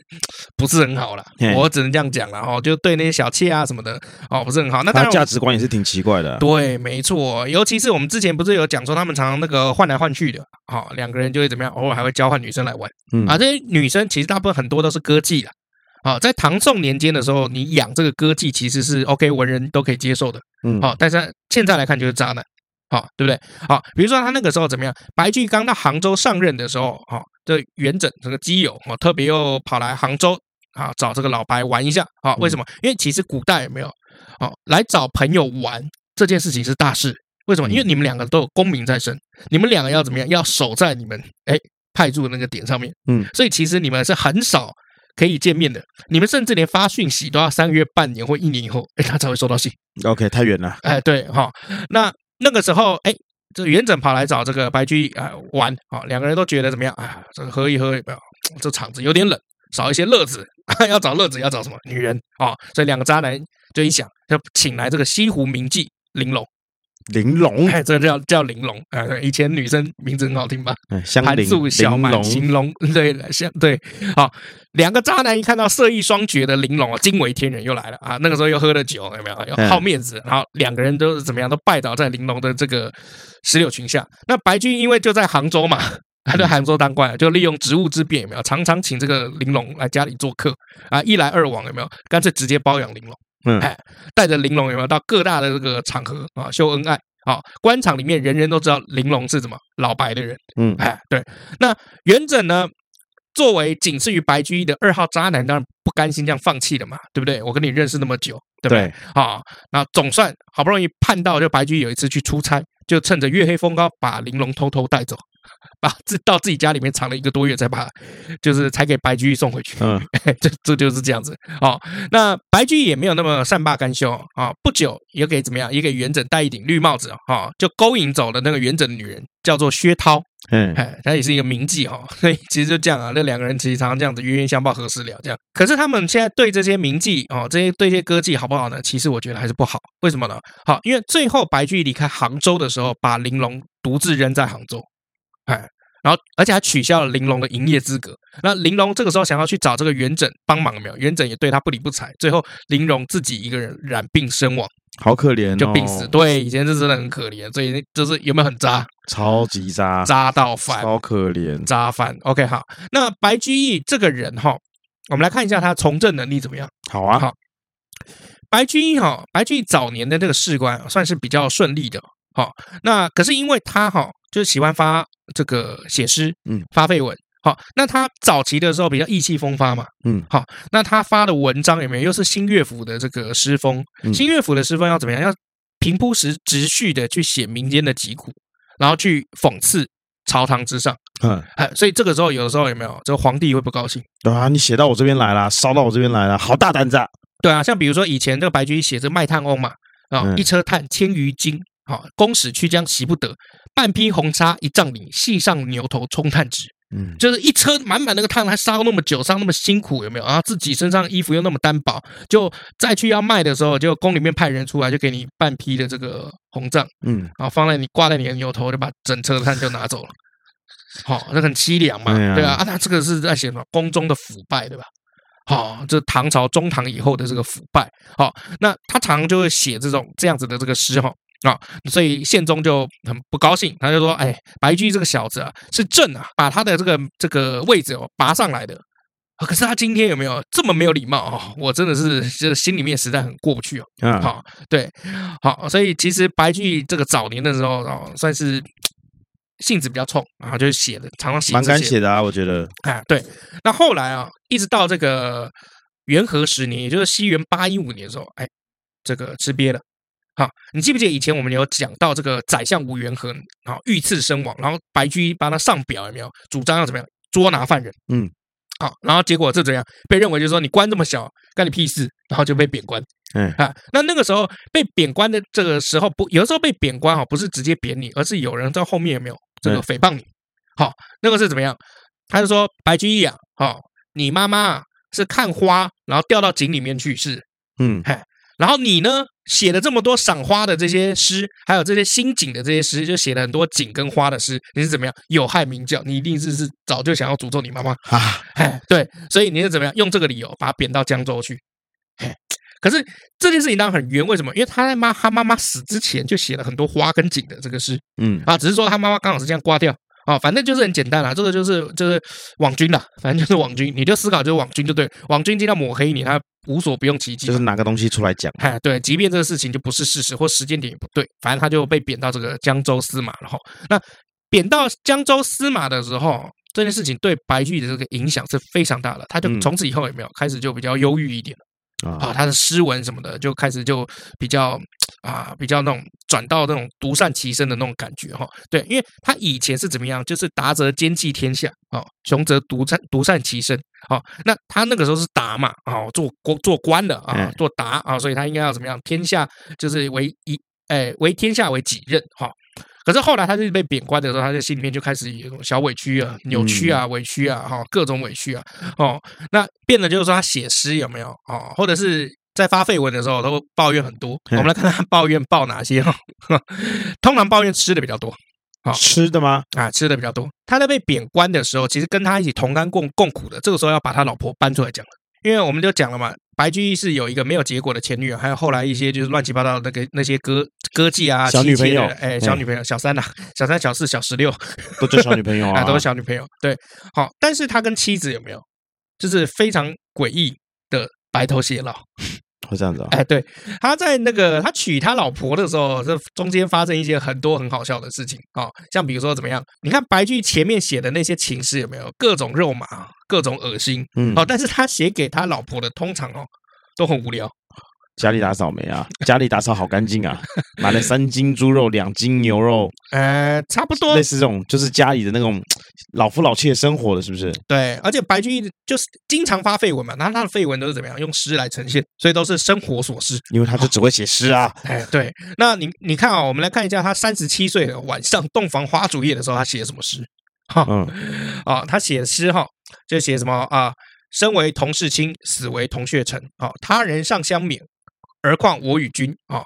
S1: 不是很好啦，
S2: 嘿
S1: 我只能这样讲了哦，就对那些小妾啊什么的哦，不是很好。那当
S2: 他
S1: 然我
S2: 价值观也是挺奇怪的。
S1: 对，没错，尤其是我们之前不是有讲说他们常常那个换来换去的，好、两个人就会怎么样，偶尔还会交换女生来玩
S2: 嗯
S1: 啊。这些女生其实大部分很多都是歌妓啦。啊，在唐宋年间的时候，你养这个歌妓其实是 OK 文人都可以接受的，
S2: 嗯，
S1: 好、但是现在来看就是渣男，好、对不对？好、比如说他那个时候怎么样？白居易刚到杭州上任的时候，好、这元稹这个基友哦，特别又跑来杭州啊找这个老白玩一下，啊、为
S2: 嗯
S1: 什么？因为其实古代有没有哦来找朋友玩这件事情是大事，为什么？因为
S2: 嗯
S1: 你们两个都有功名在身，你们两个要怎么样？要守在你们哎派驻的那个点上面，
S2: 嗯，
S1: 所以其实你们是很少。可以见面的，你们甚至连发讯息都要三个月、半年或一年以后，哎，他才会收到信。
S2: OK，太远了。
S1: 哎，对哈、那那个时候，哎，这元稹跑来找这个白居易啊、呃玩啊、两个人都觉得怎么样啊？这个喝一喝，有没有？这场子有点冷，少一些乐子。 要找乐子，要找什么女人啊、所以两个渣男就一想，就请来这个西湖名妓玲珑，
S2: 玲珑，
S1: 哎，这个叫叫玲珑。哎、以前女生名字很好听吧？
S2: 哎香
S1: 盘
S2: 菱，
S1: 素小
S2: 玲
S1: 满
S2: 珑，
S1: 形容， 对了，像对，好，两个渣男一看到色艺双绝的玲珑啊，惊为天人又来了啊！那个时候又喝了酒，有没有？又
S2: 嗯
S1: 好面子，然后两个人都是怎么样，都拜倒在玲珑的这个石榴裙下。那白居易因为就在杭州嘛，他在杭州当官，啊就利用职务之便，有没有？常常请这个玲珑来家里做客啊，一来二往，有没有？干脆直接包养玲珑。
S2: 嗯
S1: 哎，带着玲珑有没有到各大的这个场合啊秀恩爱？啊，官场里面人人都知道玲珑是什么老白的人。
S2: 嗯，
S1: 哎，对，那元稹呢，作为仅次于白居易的二号渣男，当然不甘心这样放弃了嘛，对不对？我跟你认识那么久，对不对？
S2: 对，
S1: 啊，那总算好不容易盼到，就白居易有一次去出差，就趁着月黑风高把玲珑偷偷带走， 把自到自己家里面藏了一个多月，才把就是才给白居易送回去。
S2: 嗯，
S1: 这这 就是这样子哦。那白居易也没有那么善罢甘休啊、不久也给怎么样，也给元稹戴一顶绿帽子啊、哦就勾引走了那个元稹的女人，叫做薛涛。
S2: 嗯，
S1: 哎，他也是一个名妓哈、所以其实就这样啊，那两个人其实常常这样子冤冤相报何时了这样。可是他们现在对这些名妓哦，这些对这些歌妓好不好呢？其实我觉得还是不好，为什么呢？好，因为最后白居易离开杭州的时候，把玲珑独自扔在杭州，哎，然后而且还取消了玲珑的营业资格。那玲珑这个时候想要去找这个元稹帮忙，有没有？元稹也对他不理不睬，最后玲珑自己一个人染病身亡，
S2: 好可怜哦，
S1: 就病死。对，以前是真的很可怜，所以就是有没有很渣，
S2: 超级渣，
S1: 渣到烦。
S2: 超可怜。
S1: 渣犯。OK，好，那白居易这个人哈，我们来看一下他从政能力怎么样。
S2: 好啊，
S1: 好白居易哈，白居易早年的这个仕官算是比较顺利的好、那可是因为他哈、就是喜欢发这个写诗，
S2: 嗯，
S1: 发废文。好、那他早期的时候比较意气风发嘛，
S2: 嗯
S1: 好、那他发的文章有没有又是新乐府的这个诗风？
S2: 嗯
S1: 新乐府的诗风要怎么样？要平铺直直叙的去写民间的疾苦，然后去讽刺朝堂之上。
S2: 嗯，
S1: 哎，所以这个时候有的时候有没有，这皇帝会不高兴？
S2: 对啊，你写到我这边来了，烧到我这边来了，好大胆子啊！
S1: 对啊，像比如说以前这个白居易写这个卖炭翁嘛，啊、
S2: 嗯
S1: 一车炭千余斤，啊、公使去将席不得，半匹红纱一丈绫，系上牛头充炭直。
S2: 嗯，
S1: 就是一车满满那个炭，还烧那么久，烧那么辛苦，有没有？然后自己身上衣服又那么单薄，就再去要卖的时候，就宫里面派人出来，就给你半匹的这个红杖，
S2: 嗯，
S1: 然后放在你挂在你的牛头，就把整车的炭就拿走了。 好、那很凄凉嘛，
S2: 对啊
S1: 对啊，啊，那这个是在写什么宫中的腐败，对吧？好、这唐朝中唐以后的这个腐败，好、那他常常就会写这种这样子的这个诗哈、啊、所以宪宗就很不高兴，他就说：“哎，白居易这个小子啊，是朕啊，把他的这个这个位置哦拔上来的。啊可是他今天有没有这么没有礼貌哦？我真的是这心里面实在很过不去哦。
S2: 啊，
S1: 好，对，好，所以其实白居易这个早年的时候，哦，算是性子比较冲，然后就写的常常写
S2: 蛮
S1: 这
S2: 敢
S1: 些
S2: 写的啊，我觉得。
S1: 啊。对，那后来啊，一直到这个元和十年，也就是西元八一五年的时候，哎，这个吃瘪了。好，你记不记得以前我们有讲到这个宰相吴元和，好遇刺身亡，然后白居易帮他上表有没有？主张要怎么样捉拿犯人？
S2: 嗯，
S1: 好，然后结果这怎样被认为就是说你官这么小，干你屁事，然后就被贬官。
S2: 嗯
S1: 啊，那那个时候被贬官的这个时候不，有的时候被贬官哈，不是直接贬你，而是有人在后面有没有这个
S2: 嗯
S1: 诽谤你。好，那个是怎么样？他就说白居易啊，哦，你妈妈啊是看花，然后掉到井里面去世，
S2: 嗯
S1: 然后你呢，写了这么多赏花的这些诗，还有这些新景的这些诗，就写了很多景跟花的诗，你是怎么样有害民教？你一定是是早就想要诅咒你妈妈，
S2: 啊，
S1: 哎，对，所以你是怎么样用这个理由把他贬到江州去？哎，可是这件事情当然很冤，为什么？因为他在妈他妈妈死之前就写了很多花跟景的这个诗
S2: 嗯
S1: 啊，只是说他妈妈刚好是这样刮掉。啊，反正就是很简单啦，这个就是就是网军啦，反正就是网军，你就思考就是网军就对了，网军今天要抹黑你，他无所不用其极
S2: 就
S1: 嘛，
S2: 是拿个东西出来讲。
S1: 哎，对，即便这个事情就不是事实，或时间点也不对，反正他就被贬到这个江州司马了哈。那贬到江州司马的时候，这件事情对白居易的这个影响是非常大的，他就
S2: 嗯
S1: 从此以后有没有开始就比较忧郁一点啊？
S2: 啊，
S1: 他的诗文什么的就开始就比较啊，比较那种转到那种独善其身的那种感觉哈。对，因为他以前是怎么样，就是达则兼济天下哦，穷则独善独善其身哦。那他那个时候是达嘛哦，做官做官的啊
S2: 嗯，
S1: 做达啊，所以他应该要怎么样？天下就是为一哎为天下为己任哈。可是后来他就是被贬官的时候，他就心里面就开始有一种小委屈啊、扭曲啊、委屈啊，哈、各种委屈啊，哦，那变得就是说他写诗有没有哦，或者是在发废文的时候都抱怨很多。我
S2: 嗯
S1: 们来看他抱怨抱哪些哈、 哦，通常抱怨吃的比较多，
S2: 吃的吗？
S1: 啊，吃的比较多。他在被贬官的时候，其实跟他一起同甘共共苦的，这个时候要把他老婆搬出来讲了，因为我们就讲了嘛，白居易是有一个没有结果的前女友，还有后来一些就是乱七八糟的那个那些歌歌妓啊、
S2: 小
S1: 妻
S2: 女
S1: 妾
S2: 朋
S1: 的
S2: 友
S1: 人哎，小
S2: 嗯
S1: 女朋友，小三呐、小三、小四、小十六
S2: 都叫小女朋友
S1: 啊，
S2: 啊，
S1: 都是小女朋友。对，好，但是他跟妻子有没有，就是非常诡异的白头偕老。
S2: 会这样子啊。
S1: 哎，对，他在那个他娶他老婆的时候，这中间发生一些很多很好笑的事情哦，像比如说怎么样？你看白居易前面写的那些情诗有没有各种肉麻，各种恶心
S2: 嗯，
S1: 哦，但是他写给他老婆的通常哦都很无聊，
S2: 家里打扫没啊？家里打扫好干净啊！ 买了三斤猪肉，两斤牛肉，
S1: 呃，差不多
S2: 类似这种，就是家里的那种老夫老妻的生活了，是不是？
S1: 对，而且白居易就是经常发绯闻嘛，那他的绯闻都是怎么样用诗来呈现，所以都是生活琐 事。
S2: 因为他就只会写诗啊。
S1: 哎，对，那你你看啊、我们来看一下他三十七岁的晚上洞房花烛夜的时候，他写什么诗？哈、
S2: 嗯，
S1: 啊、他写诗哈，就写什么啊、生为同室亲，死为同穴臣。啊、他人尚相勉，何况我与君？啊、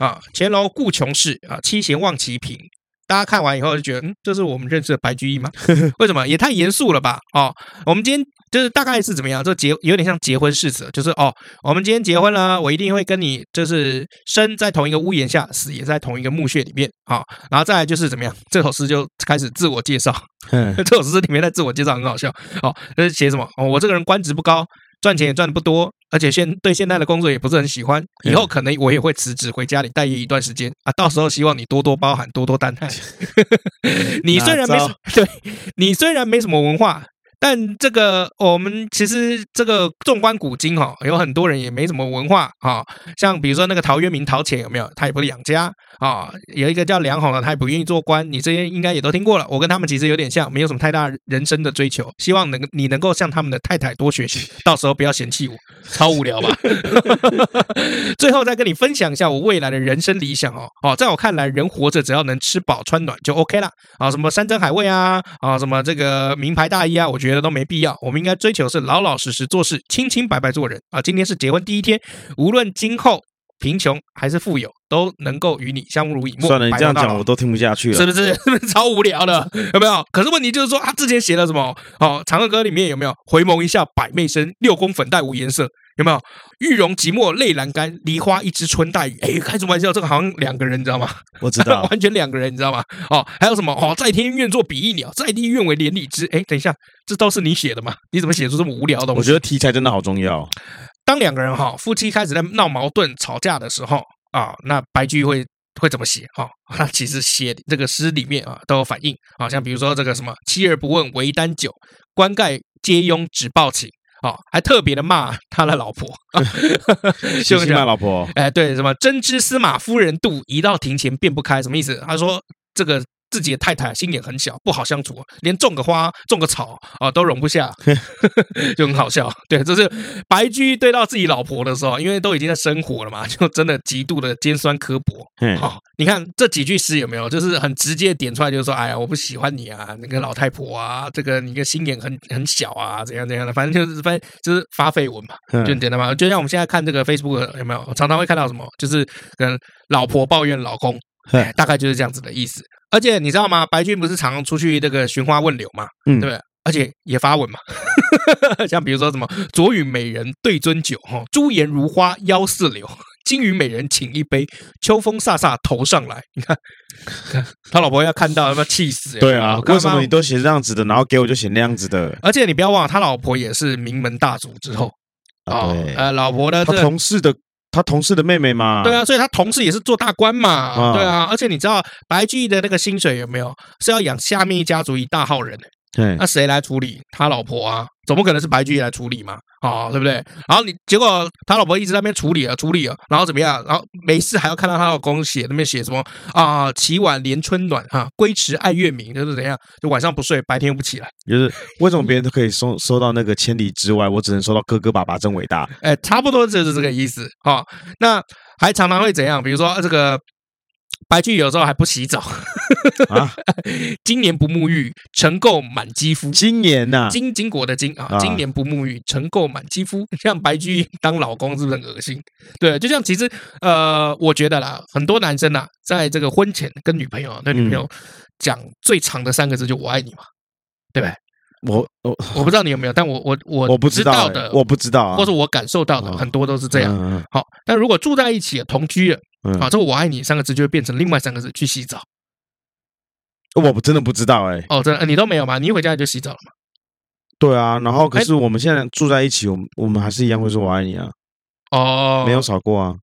S1: 啊，前楼故穷事啊，七贤望其贫。大家看完以后就觉得，嗯，这是我们认识的白居易吗？为什么也太严肃了吧？哦，我们今天就是大概是怎么样？就结有点像结婚誓词，就是哦，我们今天结婚了，我一定会跟你就是生在同一个屋檐下，死也在同一个墓穴里面啊、然后再来就是怎么样？这首诗就开始自我介绍，
S2: 哼
S1: 这首诗里面在自我介绍很好笑哦，就是写什么、哦？我这个人官职不高，赚钱也赚的不多，而且现对现在的工作也不是很喜欢，以后
S2: 嗯
S1: 可能我也会辞职回家里待业一段时间啊，到时候希望你多多包涵，多多担待。你虽然没什 对你虽然没什么文化。但这个我们其实这个纵观古今哈、哦，有很多人也没什么文化啊、哦，像比如说那个陶渊明陶潜有没有？他也不是养家啊、有一个叫梁鸿啊的，他也不愿意做官。你这些应该也都听过了。我跟他们其实有点像，没有什么太大人生的追求。希望能你能够向他们的太太多学习，到时候不要嫌弃我，超无聊吧。 最后再跟你分享一下我未来的人生理想哦。哦，在我看来，人活着只要能吃饱穿暖就 OK 啦。啊，什么山珍海味啊，啊，什么这个名牌大衣啊，我觉得都没必要。我们应该追求是老老实实做事，清清白白做人啊。今天是结婚第一天，无论今后贫穷还是富有，都能够与你相濡以沫。
S2: 算了，你
S1: 白
S2: 这样
S1: 头到
S2: 讲
S1: 老
S2: 我都听不下去
S1: 是
S2: 了。
S1: 不是？是不是 超无聊的？有没有？可是问题就是说，他之前写了什么？哦，《长恨歌》里面有没有回眸一笑百媚生，六宫粉黛无颜色？有没有玉容寂寞泪阑干，梨花一枝春带雨？哎，开什么玩笑？这个好像两个人，你知道吗？
S2: 我知道，
S1: 完全两个人，你知道吗？哦，还有什么？哦，在天愿作比翼鸟，在地愿为连理枝。哎，等一下，这都是你写的吗？你怎么写出这么无聊的东西？
S2: 我觉得题材真的好重 要。
S1: 当两个人哈、夫妻开始在闹矛盾、吵架的时候啊，那白居易会会怎么写哈、 他其实写这个诗里面啊都有反映啊，像比如说这个什么“妻儿不问为丹酒，冠盖皆拥只抱琴”啊，还特别的骂他的老婆，
S2: 谢
S1: 就
S2: 谢
S1: 这样
S2: 麦老婆，
S1: 哎，对，什么真知司马夫人肚，一到庭前辨不开，什么意思？他说这个自己的太太心眼很小，不好相处，连种个花、种个草啊都容不下，就很好笑。对，这是白居易对到自己老婆的时候，因为都已经在生活了嘛，就真的极度的尖酸刻薄。
S2: 嗯，
S1: 好、你看这几句诗有没有，就是很直接地点出来，就是说，哎呀，我不喜欢你啊，那个老太婆啊，这个你个心眼很很小啊，怎样怎样的，反正就是反正就是发绯闻嘛，
S2: 嗯
S1: 就很简单嘛。就像我们现在看这个 Facebook 有没有，常常会看到什么，就是跟老婆抱怨老公，
S2: 嗯
S1: 哎大概就是这样子的意思。而且你知道吗？白俊不是常常出去这个寻花问柳嘛，
S2: 嗯
S1: 对不对？而且也发文嘛， 像比如说什么“昨与美人对樽酒，哈，朱颜如花腰似柳，今与美人请一杯，秋风飒飒头上来。”你看， 看他老婆要看到，要不要气死？
S2: 对啊，为什么你
S1: 你？
S2: 都写这样子的，然后给我就写那样子的？
S1: 而且你不要忘了，他老婆也是名门大族之后
S2: 啊，对，
S1: 呃，老婆的
S2: 他
S1: 这个
S2: 同事的，他同事的妹妹嘛，
S1: 对，啊，所以他同事也是做大官嘛，
S2: 啊
S1: 对啊，而且你知道白居易的那个薪水有没有是要养下面一家族一大号人的？
S2: 对
S1: 那，谁来处理？他老婆啊，总不可能是白居易来处理嘛，啊、对不对？然后你结果他老婆一直在那边处理啊，处理啊，然后怎么样？然后没事还要看到她老公写那边写什么啊？起晚怜春暖哈、归迟爱月明，就是怎样？就晚上不睡，白天又不起来。
S2: 就是为什么别人都可以收收到那个千里之外，我只能收到哥哥爸爸真伟 大。
S1: 哎，差不多就是这个意思哈、哦。那还常常会怎样？比如说呃这个白居易有时候还不洗澡
S2: 啊，
S1: 今年不沐浴，尘垢满肌肤。
S2: 今年呐，
S1: 金金果的金啊，
S2: 啊
S1: 今年不沐浴，尘垢满肌肤。像白居易当老公是不是很恶心？对，就像其实呃，我觉得啦，很多男生啊，在这个婚前跟女朋友啊对女朋友
S2: 嗯
S1: 讲最长的三个字就“我爱你”嘛，对吧？
S2: 我我
S1: 我不知道你有没有，但我我我
S2: 我不
S1: 知
S2: 知道
S1: 道
S2: 欸
S1: 的，
S2: 我不知道啊，嗯
S1: 或者我感受到的
S2: 哦
S1: 很多都是这样。
S2: 样，
S1: 好，但如果住在一起同居了，
S2: 嗯
S1: 啊，这个“我爱你”三个字就会变成另外三个字去洗澡。
S2: 嗯我不真的不知道哎。
S1: 哦，真的呃你都没有吗？你一回家就洗澡了吗？
S2: 对啊，然后可
S1: 哎
S2: 是我们现在住在一起，我们我们还是一样会说我爱你啊，
S1: 哦，
S2: 没有吵过啊，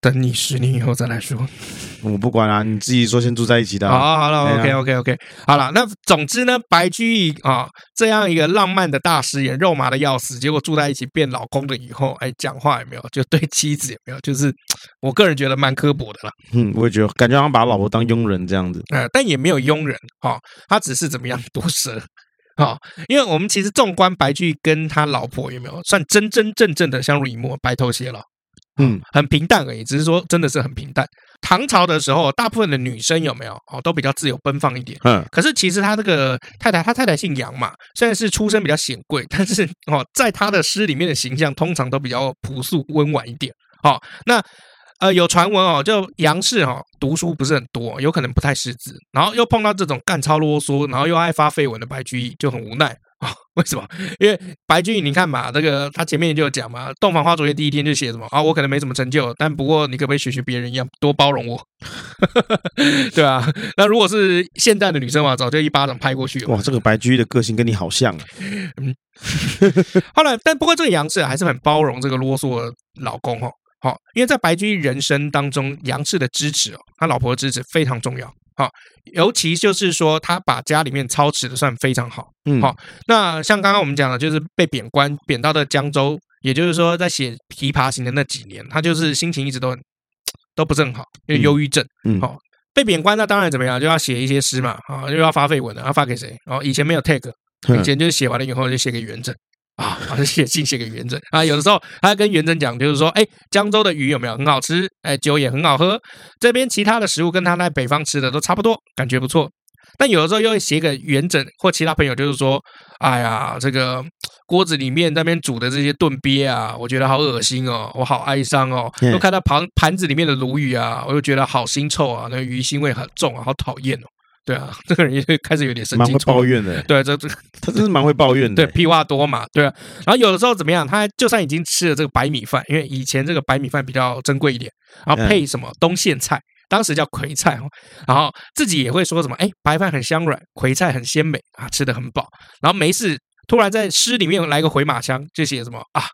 S1: 等你十年以后再来说。
S2: 我不管啊，你自己说先住在一起的
S1: 好
S2: 啊，
S1: 好了
S2: 哎
S1: ，OK
S2: 呀
S1: OK OK，好了。那总之呢，白居易啊这样一个浪漫的大诗人，肉麻的要死，结果住在一起变老公了以后，哎，讲话有没有就对妻子有没有，就是我个人觉得蛮刻薄的啦。
S2: 嗯，我也觉得感觉好像把老婆当佣人这样子，
S1: 呃，但也没有庸人哦，他只是怎么样 毒舌。哦，因为我们其实纵观白居易跟他老婆有没有算真真正正的相濡以沫、白头偕老，
S2: 嗯，
S1: 很平淡而已，只是说真的是很平淡。唐朝的时候，大部分的女生有没有哦，都比较自由奔放一点。
S2: 哼，
S1: 可是其实他这个太太，他太太姓杨嘛，虽然是出身比较显贵，但是哦，在他的诗里面的形象通常都比较朴素温婉一点。哦，那呃有传闻哦，就杨氏哦读书不是很多，有可能不太识字，然后又碰到这种干超啰嗦，然后又爱发绯闻的白居易，就很无奈哦，为什么？因为白居易，你看嘛，这个他前面就有讲嘛，洞房花烛夜第一天就写什么啊，我可能没什么成就，但不过你可不可以学学别人一样多包容我， 对啊，那如果是现代的女生嘛，早就一巴掌拍过去了。
S2: 哇，这个白居易的个性跟你好像啊，
S1: 后来，但不过这个杨氏还是很包容这个啰嗦的老公哦。好、因为在白居易人生当中，杨氏的支持哦，他老婆的支持非常重要。好、尤其就是说他把家里面操持的算非常好。
S2: 嗯，
S1: 好那像刚刚我们讲的，就是被贬官，贬到的江州，也就是说在写《琵琶行》的那几年，他就是心情一直都很都不是很好，因为忧郁症。
S2: 嗯
S1: 好、被贬官，那当然怎么样，就要写一些诗嘛，啊、又要发废文了，要发给谁？哦，以前没有 tag，
S2: 嗯
S1: 以前就是写完了以后就写给元稹啊，啊就写信写给元稹啊。有的时候他跟元稹讲，就是说，哎，江州的鱼有没有很好吃？哎，酒也很好喝，这边其他的食物跟他在北方吃的都差不多，感觉不错。但有的时候又会写给元稹或其他朋友，就是说，哎呀，这个锅子里面那边煮的这些炖鳖啊，我觉得好恶心哦，我好哀伤哦。
S2: 嗯
S1: 又看到盘盘子里面的鲈鱼啊，我又觉得好腥臭啊，那个鱼腥味很重啊，好讨厌哦。对啊， 这个人就开始有点神
S2: 蛮
S1: 经
S2: 会
S1: 臭
S2: 抱
S1: 了。
S2: 怨的，
S1: 对，这这
S2: 他真是蛮会抱怨的
S1: 对，，屁话多嘛，对、啊。然后有的时候怎么样，他就算已经吃了这个白米饭，因为以前这个白米饭比较珍贵一点，然后配什么东苋菜，当时叫葵菜哦，然后自己也会说什么，哎，白饭很香软，葵菜很鲜美啊，吃的很饱。然后没事，突然在诗里面来个回马枪，就写什么啊，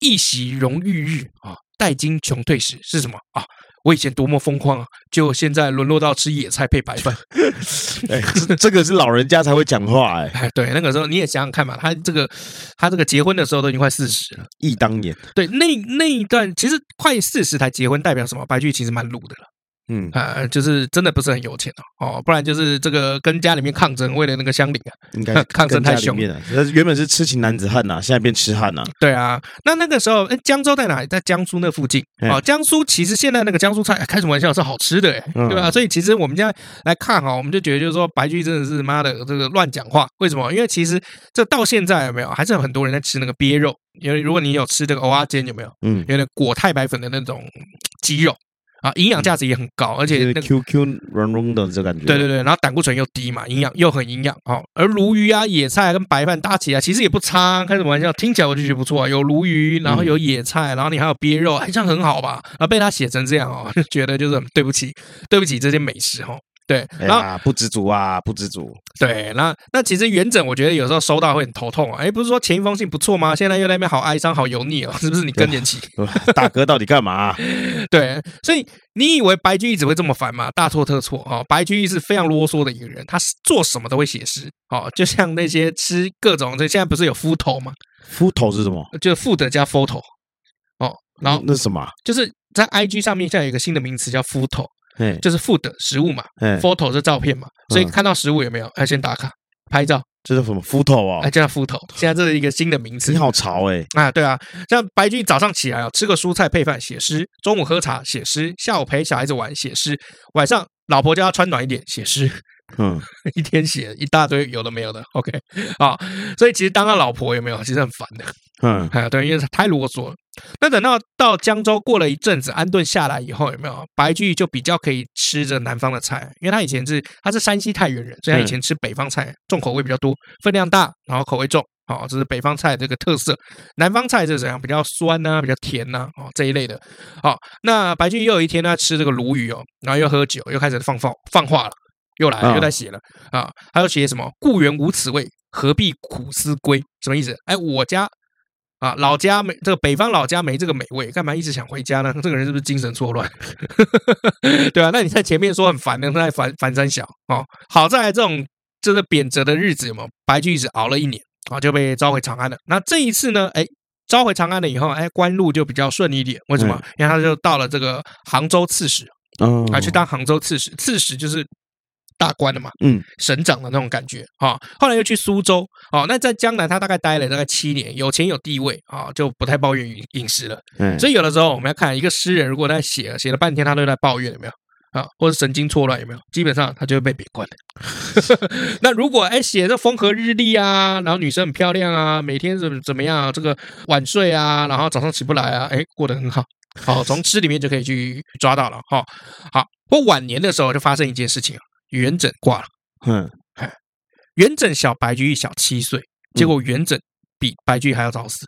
S1: 一席荣玉日啊，待经穷退时是什么啊？我以前多么疯狂啊！就现在沦落到吃野菜配白饭，
S2: 哎，这这个是老人家才会讲话，哎，
S1: 哎， 对，那个时候你也想想看嘛，他这个他这个结婚的时候都已经快四十了，
S2: 忆当年，
S1: 对，那那一段其实快四十才结婚，代表什么？白居易其实蛮鲁的了，
S2: 嗯，
S1: 啊、就是真的不是很有钱哦，哦，不然就是这个跟家里面抗争，为了那个乡里啊，
S2: 应该
S1: 抗争
S2: 跟家
S1: 太
S2: 里
S1: 凶
S2: 面了，他原本是痴情男子汉呐，现在变痴汉呐，
S1: 对啊，那那个时候，哎，江州在哪里？在江苏那附近
S2: 嗯
S1: 哦。江苏其实现在那个江苏菜，哎开什么玩笑，是好吃的，哎，
S2: 嗯
S1: 对吧、所以其实我们现在来看哈、哦，我们就觉得就是说，白居易真的是妈的这个乱讲话。为什么？因为其实这到现在有没有，还是有很多人在吃那个鳖肉。因为如果你有吃这个蚵仔煎，有没有？
S2: 嗯，
S1: 有点裹太白粉的那种鸡肉啊，营养价值也很高，而且
S2: 就是
S1: 那个
S2: QQ 软软的这感觉，
S1: 对对对，然后胆固醇又低嘛，营养又很营养哦。而鲈鱼啊、野菜啊跟白饭搭起来，其实也不差啊，开什么玩笑？听起来我就觉得不错啊，有鲈鱼，
S2: 嗯
S1: 然后有野菜，然后你还有鳖肉，好像很好吧？啊，被他写成这样哦， 就觉得就是很对不起，对不起这些美食哦。对，
S2: 哎
S1: 然后
S2: 呀，不知足啊，不知足，
S1: 对，那那其实元稹，我觉得有时候收到会很头痛啊。哎，不是说前一封信不错吗？现在又在那边好哀伤、好油腻哦，是不是你更年期？
S2: 大哥到底干嘛 啊？
S1: 对，所以你以为白居易只会这么烦吗？大错特错哦！白居易是非常啰嗦的一个人，他是做什么都会写诗哦，就像那些吃各种，这现在不是有夫头吗？
S2: 夫头是什么？
S1: 就是副的加 photo 哦，然后
S2: 那是什么啊？
S1: 就是在 IG 上面现在有一个新的名词叫夫头，
S2: 哎
S1: 就是副的食物嘛
S2: 哎，
S1: ，photo 是照片嘛，所以
S2: 嗯
S1: 看到食物有没有要先打卡拍照，
S2: 这叫什么夫头哦
S1: 哎，？叫夫头。现在这是一个新的名词
S2: 你，好潮哎，
S1: 啊，对啊，像白居易早上起来啊，吃个蔬菜配饭写诗，中午喝茶写诗，下午陪小孩子玩写诗，晚上老婆叫他穿暖一点写诗，
S2: 嗯，
S1: 一天写一大堆有的没有的。OK 啊，所以其实当他老婆有没有，其实很烦的。
S2: 嗯，
S1: 啊，对，因为太啰嗦了。那等到到江州过了一阵子，安顿下来以后，有没有白居易就比较可以吃着南方的菜，因为他以前是他是山西太原人，所以他以
S2: 嗯
S1: 前吃北方菜重口味比较多，分量大，然后口味重。哦，这是北方菜这个特色，南方菜是怎样？比较酸呐、比较甜呐、哦这一类的。哦，那白居易又有一天呢吃这个鲈鱼哦，然后又喝酒，又开始放放放话了，又来了
S2: 啊
S1: 又在写了啊，他又写什么“故园无此味，何必苦思归”？什么意思？哎，我家啊，老家没这个北方老家没这个美味，干嘛一直想回家呢？这个人是不是精神错乱？ 对啊，那你在前面说很烦的，那在烦烦三小哦。好在这种就是贬谪的日子有没有？白居易只熬了一年啊，就被召回长安了。那这一次呢，哎。召回长安了以后，哎，官路就比较顺利一点。为什么？因为他就到了这个杭州刺史，
S2: 哦
S1: 啊，去当杭州刺史，刺史就是大官了嘛，
S2: 嗯，
S1: 省长的那种感觉啊、后来又去苏州，哦，那在江南他大概待了大概七年，有钱有地位啊、就不太抱怨饮饮食了。
S2: 哎
S1: 所以有的时候我们要看一个诗人，如果他写写了半天，他都在抱怨，有没有？啊，或者神经错乱有没有？基本上他就会被贬官的。 那如果哎写这风和日丽啊，然后女生很漂亮啊，每天怎么怎么样、啊，这个晚睡啊，然后早上起不来啊，哎过得很好。好，从诗里面就可以去抓到了哈、哦。啊好，不过晚年的时候就发生一件事情，元稹挂了。
S2: 嗯，
S1: 元稹小白居易小七岁，结果元稹比白居易还要早死。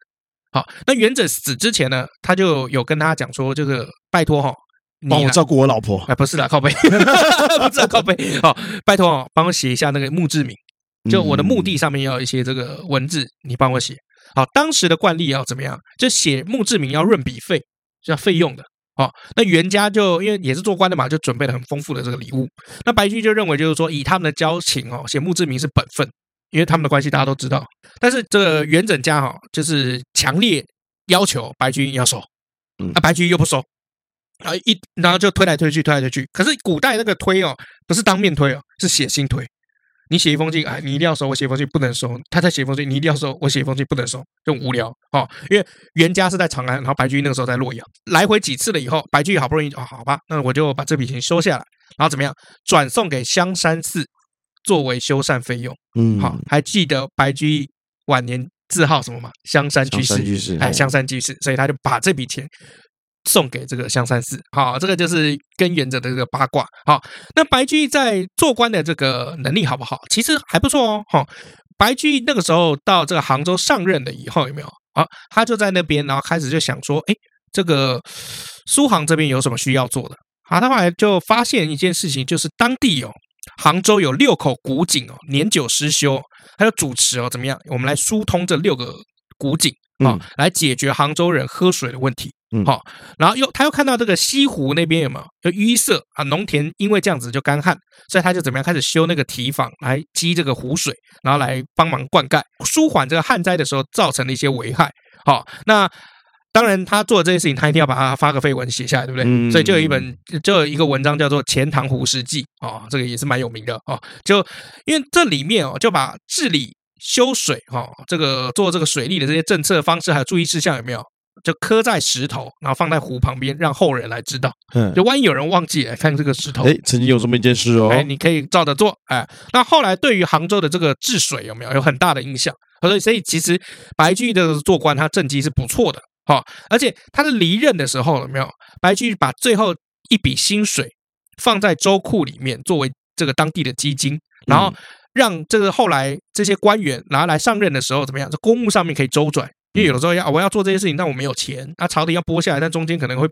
S1: 好，那元稹死之前呢，他就有跟他讲说，就是拜托哈，你
S2: 帮我
S1: 啦
S2: 照顾我老婆，
S1: 哎，不是啦，靠背， 不是啦，靠背。好，拜托哦，帮我写一下那个墓志铭，就我的墓地上面要一些这个文字，你帮我写。好，当时的惯例要怎么样？就写墓志铭要润笔费，是要费用的。好，那袁家就因为也是做官的嘛，就准备了很丰富的这个礼物。那白居易就认为，就是说以他们的交情哦，写墓志铭是本分，因为他们的关系大家都知道。但是这个元稹家哈、哦就是强烈要求白居易要收
S2: 嗯，
S1: 啊，白居易又不收，啊一然后就推来推去，推来推去。可是古代那个推哦，不是当面推哦，是写信推。你写一封信，哎，你一定要收；我写一封信不能收。他再写一封信，你一定要收；我写一封信不能收，就很无聊哦。因为袁家是在长安，然后白居易那个时候在洛阳，来回几次了以后，白居易好不容易哦，好吧，那我就把这笔钱收下来，然后怎么样，转送给香山寺作为修缮费用。
S2: 嗯，
S1: 好，还记得白居易晚年字号什么吗？香山居
S2: 香
S1: 士
S2: 山居士，
S1: 哎，香山居士，所以他就把这笔钱送给这个香山寺。好，这个就是根源者的这个八卦。好，那白居易在做官的这个能力好不好？其实还不错哦。哈，白居易那个时候到这个杭州上任了以后，有没有？啊，他就在那边，然后开始就想说，哎，这个苏杭这边有什么需要做的？啊，他后来就发现一件事情，就是当地有杭州有六口古井哦，年久失修，他就主持哦，怎么样？我们来疏通这六个古井啊、
S2: 嗯
S1: 来解决杭州人喝水的问题。
S2: 嗯
S1: 好、然后又他又看到这个西湖那边有没有有淤塞啊？农田因为这样子就干旱，所以他就怎么样开始修那个堤防来积这个湖水，然后来帮忙灌溉，舒缓这个旱灾的时候造成的一些危害。好、那当然他做的这些事情，他一定要把它发个废文写下来，对不对？
S2: 嗯
S1: 所以就有一本就有一个文章叫做《钱塘湖石记》哦，这个也是蛮有名的哦。就因为这里面哦，就把治理修水哦，这个做这个水利的这些政策方式还有注意事项有没有？就刻在石头，然后放在湖旁边，让后人来知道。
S2: 嗯，
S1: 就万一有人忘记，哎，看这个石头，
S2: 哎，曾经有这么一件事哦，
S1: 哎，你可以照着做，哎。那后来对于杭州的这个治水有没有有很大的影响？所以，所以其实白居易的做官，他政绩是不错的，哈、而且他的离任的时候有没有？白居易把最后一笔薪水放在州库里面，作为这个当地的基金，然后让这个后来这些官员拿来上任的时候怎么样，在公务上面可以周转。因为有的时候要哦我要做这些事情，但我没有钱，那朝廷要拨下来，但中间可能会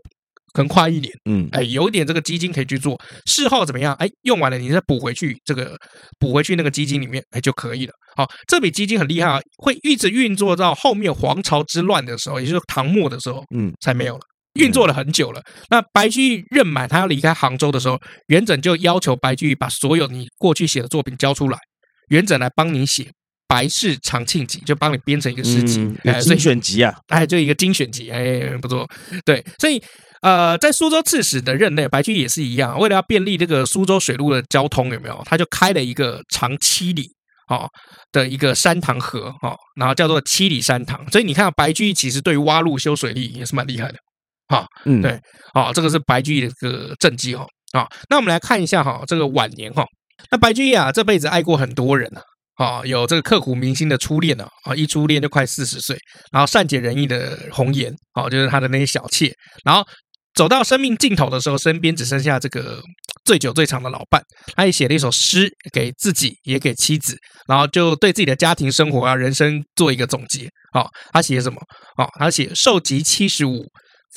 S1: 可能跨一年。
S2: 嗯，
S1: 哎，有一点这个基金可以去做，事后怎么样？哎，用完了你再补回去，这个补回去那个基金里面，哎就可以了。好，这笔基金很厉害啊，会一直运作到后面皇朝之乱的时候，也就是唐末的时候，
S2: 嗯，
S1: 才没有了。运作了很久了。那白居易任满，他要离开杭州的时候，元稹就要求白居易把所有你过去写的作品交出来，元稹来帮你写《白氏长庆集》，就帮你编成一个诗集。
S2: 嗯
S1: 哎，
S2: 有
S1: 所以
S2: 精选集啊，
S1: 哎，就一个精选集，哎，不错，对，所以呃，在苏州刺史的任内，白居易也是一样，为了要便利这个苏州水路的交通，有没有？他就开了一个长七里哦的一个山塘河哦，然后叫做七里山塘。所以你看，白居易其实对于挖路修水利也是蛮厉害的。
S2: 嗯，
S1: 对哦，这个是白居易的这个政绩哈。啊、那我们来看一下哈、这个晚年哈、那白居易啊，这辈子爱过很多人啊。啊、有这个刻骨铭心的初恋呢、啊，一初恋就快四十岁，然后善解人意的红颜，哦，就是他的那些小妾，然后走到生命尽头的时候，身边只剩下这个最久最长的老伴，他也写了一首诗给自己，也给妻子，然后就对自己的家庭生活啊、人生做一个总结。哦，他写什么？哦，他写寿及七十五，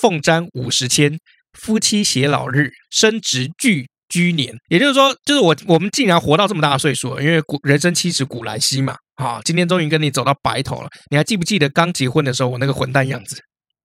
S1: 凤簪五十千，夫妻偕老日，生值俱居年。也就是说，就是我我们竟然活到这么大的岁数了，因为古人生七十古来稀嘛。啊，今天终于跟你走到白头了。你还记不记得刚结婚的时候我那个混蛋样子？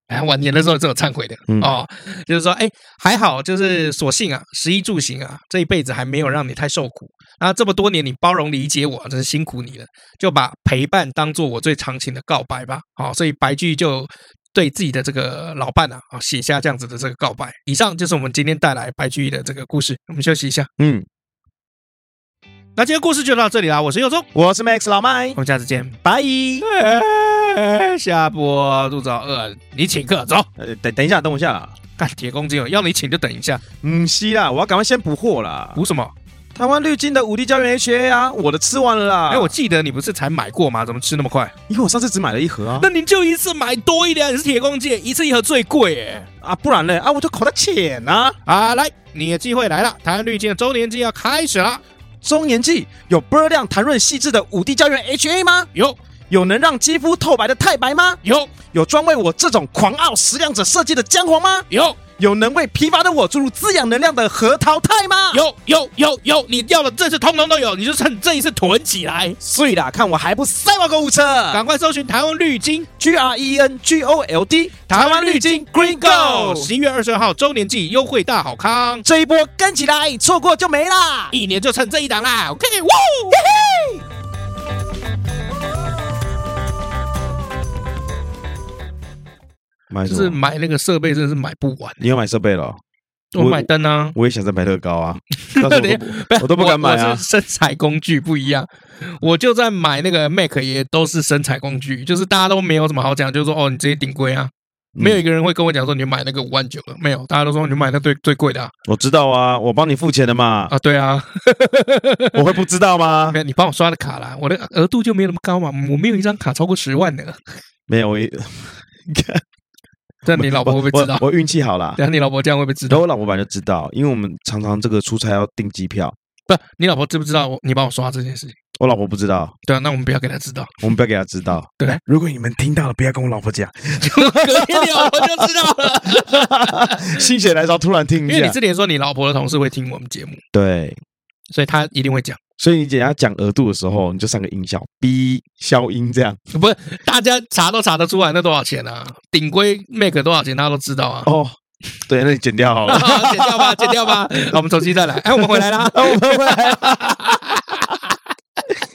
S1: 哎，晚年的时候是有忏悔的、
S2: 嗯
S1: 哦，就是说，哎，还好，就是所幸啊，食衣住行啊，这一辈子还没有让你太受苦。那这么多年你包容理解我，真是辛苦你了。就把陪伴当做我最长情的告白吧。好、所以白居易就对自己的这个老伴啊，啊写下这样子的这个告白。以上就是我们今天带来白居易的这个故事。我们休息一下，
S2: 嗯，
S1: 那今天故事就到这里啦。我是佑宗，
S2: 我是 Max 老麦
S1: 我，们下次见。哎
S2: 拜。
S1: 下播肚子好饿，你请客走。
S2: 呃，等等一下，等我一下啦，
S1: 干铁公鸡哦，要你请就等一下。
S2: 嗯，是啦，我要赶快先补货啦。
S1: 补什么？
S2: 台湾绿金的五 D 胶原 HA 啊，我的吃完了啦。
S1: 哎，我记得你不是才买过吗？怎么吃那么快？
S2: 因为我上次只买了一盒啊，
S1: 那你就一次买多一点，你是铁公鸡，一次一盒最贵哎。
S2: 啊，不然嘞啊，我就口袋浅啊。
S1: 啊，来，你的机会来了！台湾绿金的周年庆要开始了，
S2: 中盐气有波量弹润细致的五 D 胶原 HA 吗？
S1: 有
S2: 有能让肌肤透白的太白吗？
S1: 有
S2: 有专为我这种狂傲食量者设计的姜黄吗？
S1: 有
S2: 有能为疲乏的我注入滋养能量的核桃肽吗？
S1: 有有有有，你要的这次通通都有，你就趁这一次囤起来，
S2: 碎啦，看我还不塞爆购物车
S1: 赶快搜寻台湾绿金
S2: ！G R E N G O L D，台湾绿金 Green Go，
S1: 十一月二十二号周年季优惠大好康，
S2: 这一波跟起来，错过就没啦！
S1: 一年就趁这一档啦，OK，哇！
S2: 嗯 买
S1: 就
S2: 什
S1: 是
S2: 么？
S1: 买那个设备真的是买不完，
S2: 你要买设备了哦？
S1: 我
S2: 我
S1: 买灯啊，
S2: 我也想再买乐 高啊，但是我都不我都不敢买啊
S1: 我是身材工具不一样，我就在买那个 Mac 也都是身材工具，就是大家都没有什么好讲，就是说哦，你直接顶规啊，没有一个人会跟我讲说你买那个五万九的，没有，大家都说你买那最最贵的啊
S2: 我知道啊，我帮你付钱的嘛，
S1: 啊，对啊，
S2: 我会不知道吗
S1: 没？有你帮我刷的卡啦，我的额度就没有那么高嘛，我没有一张卡超过十万的，
S2: 没有，我也
S1: 这样你老婆会不会知道
S2: 我？我我运气好啦。
S1: 等下你老婆这样会不会知
S2: 然后
S1: 道？
S2: 我老婆本来就知道，因为我们常常这个出差要订机票，
S1: 不，你老婆知不知道我你帮我刷这件事情？
S2: 我老婆不知道，
S1: 对啊，那我们不要给她知道，
S2: 我们不要给她知道。
S1: 对，
S2: 如果你们听到了，不要跟我老婆讲，
S1: 隔天你老婆就知道了，
S2: 心血来潮突然听
S1: 因
S2: 一
S1: 为你
S2: 下，
S1: 之前说你老婆的同事会听我们节目，
S2: 对，
S1: 所以她一定会讲。
S2: 所以你等一下讲额度的时候，你就上个音效，哔消音这样。
S1: 不是，大家查都查得出来，那多少钱啊？顶规 Mac 多少钱，大家都知道啊。
S2: 哦， 对，那你剪掉好 了。
S1: 剪掉吧，剪掉 吧。好，我们重新再来。哎，我们回来啦。
S2: 啊，我们 回来了。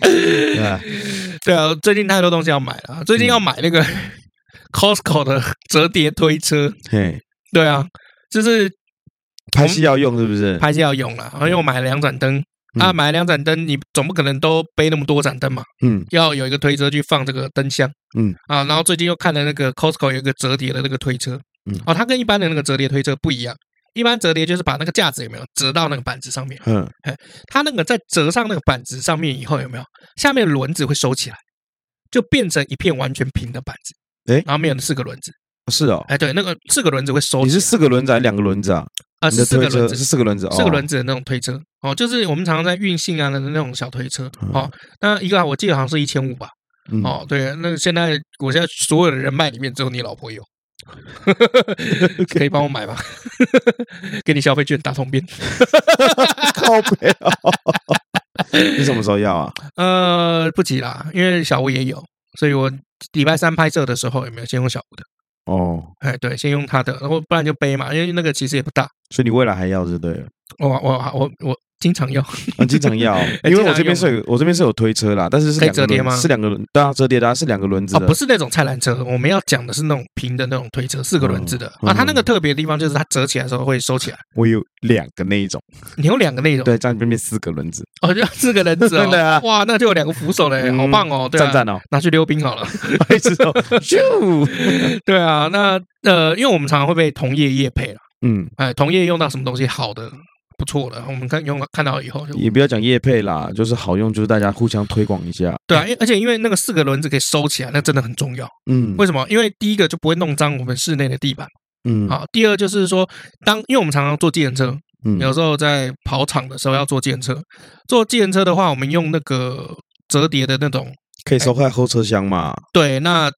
S2: 对
S1: 对啊，最近太多东西要买了啊，最近要买那个 Costco 的折叠推车。
S2: 嘿，
S1: 对
S2: 嗯
S1: 啊，就是
S2: 拍戏要用是不是？
S1: 拍戏要用了，然后又买了两盏灯。啊，
S2: 嗯
S1: 买了两盏灯，你总不可能都背那么多盏灯嘛，
S2: 嗯
S1: 要有一个推车去放这个灯箱。
S2: 嗯，
S1: 啊，然后最近又看了那个 Costco 有一个折叠的那个推车，
S2: 嗯
S1: 哦，它跟一般的那个折叠推车不一样。一般折叠就是把那个架子有没有折到那个板子上面，
S2: 嗯，
S1: 它那个在折上那个板子上面以后有没有，下面的轮子会收起来，就变成一片完全平的板子。
S2: 诶
S1: 然后面有四个轮子，
S2: 是哦。
S1: 哎，对，那个四个轮子会收
S2: 你
S1: 起
S2: 是
S1: 来，
S2: 四个轮子还是两个轮子啊？
S1: 啊，
S2: 你
S1: 是
S2: 的
S1: 四
S2: 推
S1: 个
S2: 车
S1: 轮子
S2: 是，四个轮子，哦
S1: 四个轮子的那种推车哦，就是我们常常在运信啊的那种小推车哦。那一个啊我记得好像是一千五吧。
S2: 嗯
S1: 哦，对，那现在我现在所有的人脉里面只有你老婆 有，可以帮我买吗？ 给你消费券打通便。
S2: 靠背哦。 你什么时候要啊？
S1: 呃，不急啦，因为小吴也有，所以我礼拜三拍摄的时候有没有先用小吴的？
S2: 哦，
S1: 哎，对，先用他的，然后不然就背嘛，因为那个其实也不大。
S2: 所以你未来还要就对了，
S1: 我我我我经常用，
S2: 啊，经常 要，因为我这边是有我这边是有推车啦，但是是
S1: 可以
S2: 两个
S1: 折叠
S2: 轮
S1: 吗
S2: 是两个轮，对啊，折叠的啊，是两个轮子
S1: 哦，
S2: 的，
S1: 不是那种菜篮车，我们要讲的是那种平的那种推车，四个轮子的
S2: 嗯
S1: 啊。它那
S2: 嗯
S1: 个特别的地方就是它折起来的时候会收起来，
S2: 我有两个那一种，
S1: 你有两个那种，
S2: 对，这样变变四个轮子，
S1: 哦，就四个人子哦，
S2: 对啊
S1: 哇，那就有两个扶手嘞，
S2: 嗯
S1: 好棒哦，对啊，
S2: 赞赞 哦，
S1: 拿去溜冰 好了。
S2: 一直走， 咻，
S1: 对啊，那呃，因为我们常常会被同业业配了，
S2: 嗯，
S1: 哎，同业用到什么东西好的、不错的，我们看用看到以后就
S2: 也不要讲业配啦，就是好用，就是大家互相推广一下，
S1: 对啊，因为而且因为那个四个轮子可以收起来，那真的很重要。
S2: 嗯
S1: 为什么？因为第一个就不会弄脏我们室内的地板
S2: 嗯
S1: 啊，第二就是说，当因为我们常常坐计程车，
S2: 嗯
S1: 有时候在跑场的时候要坐计程车，坐计程车的话，我们用那个折叠的那种
S2: 可以收在后车厢嘛，
S1: 对，那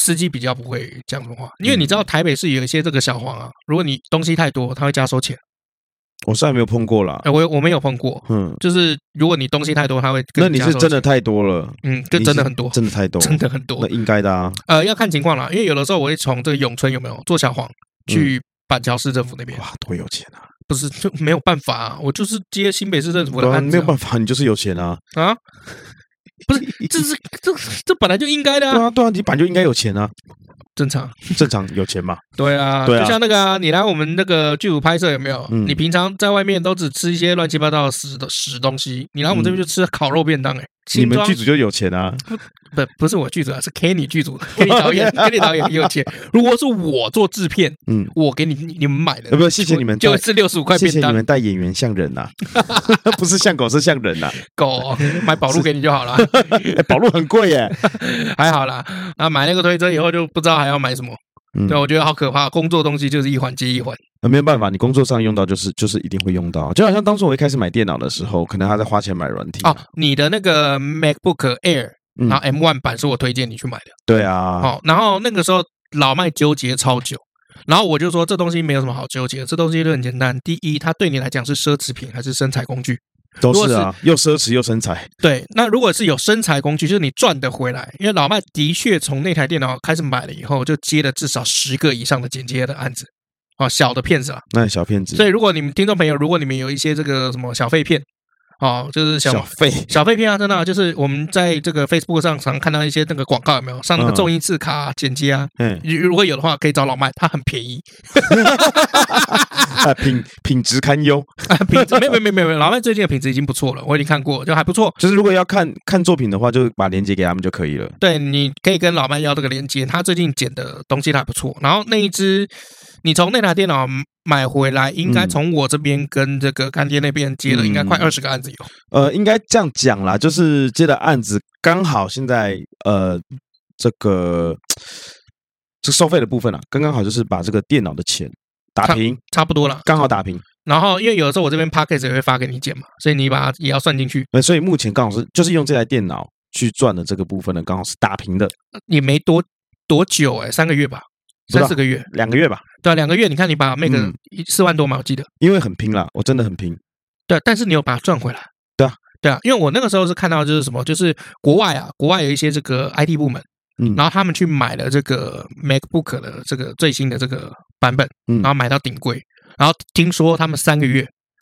S1: 司机比较不会讲什么话，因为你
S2: 嗯
S1: 知道台北市有一些这个小黄啊，如果你东西太多，他会加收钱。
S2: 我虽然没有碰过啦，
S1: 哎，我我没有碰过，
S2: 嗯，
S1: 就是如果你东西太多，他会跟
S2: 那你
S1: 加
S2: 是
S1: 收
S2: 真
S1: 钱，
S2: 的太多了，
S1: 嗯，就
S2: 你
S1: 真的
S2: 是
S1: 很多，
S2: 真的太多，
S1: 真的很多
S2: 那。应该的啊，
S1: 呃，要看情况啦，因为有的时候我会从这个永春有没有做小黄
S2: 嗯
S1: 去板桥市政府那边，
S2: 哇，多有钱啊！
S1: 不是就没有办法啊，我就是接新北市政府
S2: 对
S1: 的
S2: 啊，
S1: 案
S2: 没
S1: 子
S2: 有办法，你就是有钱啊。
S1: 啊。 啊不是，这是这这本来就应该的、
S2: 对
S1: 啊，
S2: 啊，对啊，你本来就应该有钱 啊，
S1: 正常。
S2: 正常有钱嘛。
S1: 对啊，
S2: 对啊
S1: 就像那个啊，你来我们那个剧组拍摄有没有？
S2: 嗯
S1: 你平常在外面都只吃一些乱七八糟的死的死东西，你来我们这边就吃烤肉便当哎、
S2: 嗯你
S1: 新
S2: 们
S1: 庄
S2: 剧组就有钱啊，
S1: 不不是我剧组啊，是 Kenny 剧组，Kenny 导 演，Kenny 导演很有钱。如果是我做制片，
S2: 嗯，
S1: 我给你你你们买的，
S2: 呃不谢谢你们
S1: 就
S2: 带
S1: 是六十五块
S2: 谢
S1: 便
S2: 谢你
S1: 当
S2: 们带演员像人 呐、啊，不是像狗是像人呐、啊。
S1: 狗，买宝路给你就 好了，
S2: 哎、宝路很贵耶、
S1: 还好啦。那买那个推车以后就不知道还要买什么。
S2: 嗯
S1: 对，我觉得好可怕。工作东西就是一环接一环，
S2: 那没有办法，你工作上用到就是就是一定会用到，就好像当初我一开始买电脑的时候，可能他在花钱买软体
S1: 哦，你的那个 MacBook Air，
S2: 嗯
S1: 然后 M One 版是我推荐你去买的。
S2: 对啊，
S1: 哦，然后那个时候老麦纠结超久，然后我就说这东西没有什么好纠结，这东西就很简单。第一，它对你来讲是奢侈品还是生财工具？
S2: 都是啊，又奢侈又身材，
S1: 对，那如果是有生财工具，就是你赚得回来，因为老麦的确从那台电脑开始买了以后，就接了至少十个以上的剪接的案子，哦，小的片子啊。
S2: 那哎小骗子，
S1: 所以如果你们听众朋友，如果你们有一些这个什么小废片，哦，就是小
S2: 小费，
S1: 小废片啊，真的啊、就是我们在这个 Facebook 上常看到一些那个广告，有没有上那个
S2: 嗯
S1: 重音字卡、啊、剪接啊？
S2: 嗯，
S1: 如如果有的话，可以找老麦，他很便宜。
S2: 啊品品质堪忧，
S1: 啊品质没有没有没有没有，老麦最近的品质已经不错了，我已经看过，就还不错。
S2: 就是如果要看看作品的话，就把链接给他们就可以了。
S1: 对，你可以跟老麦要这个链接，他最近剪的东西还不错。然后那一只，你从那台电脑买回来，应该
S2: 嗯
S1: 从我这边跟这个干爹那边接了，应该快
S2: 嗯
S1: 二十个案子有。
S2: 呃，应该这样讲啦，就是接的案子刚好现在呃这个这收费的部分啊，刚刚好就是把这个电脑的钱打
S1: 看
S2: 平，
S1: 差不多了，
S2: 刚好打平。
S1: 然后因为有的时候我这边 p a c k a g e 也会发给你剪嘛，所以你把它也要算进去，
S2: 呃，所以目前刚好是就是用这台电脑去赚的这个部分呢，刚好是打平的
S1: 也没多多久哎、三个月吧，
S2: 不
S1: 三
S2: 到
S1: 四个月，
S2: 两个月吧，
S1: 对、啊，两个月。你看你把那个
S2: 嗯
S1: 四万多嘛，我记得，
S2: 因为很拼啦，我真的很拼。
S1: 对，啊但是你有把它赚回来。
S2: 对啊，
S1: 对啊，因为我那个时候是看到就是什么，就是国外啊，国外有一些这个 IT 部门，
S2: 嗯
S1: 然后他们去买了这个 MacBook 的这个最新的这个版本，
S2: 嗯
S1: 然后买到顶贵，然后听说他们三个月，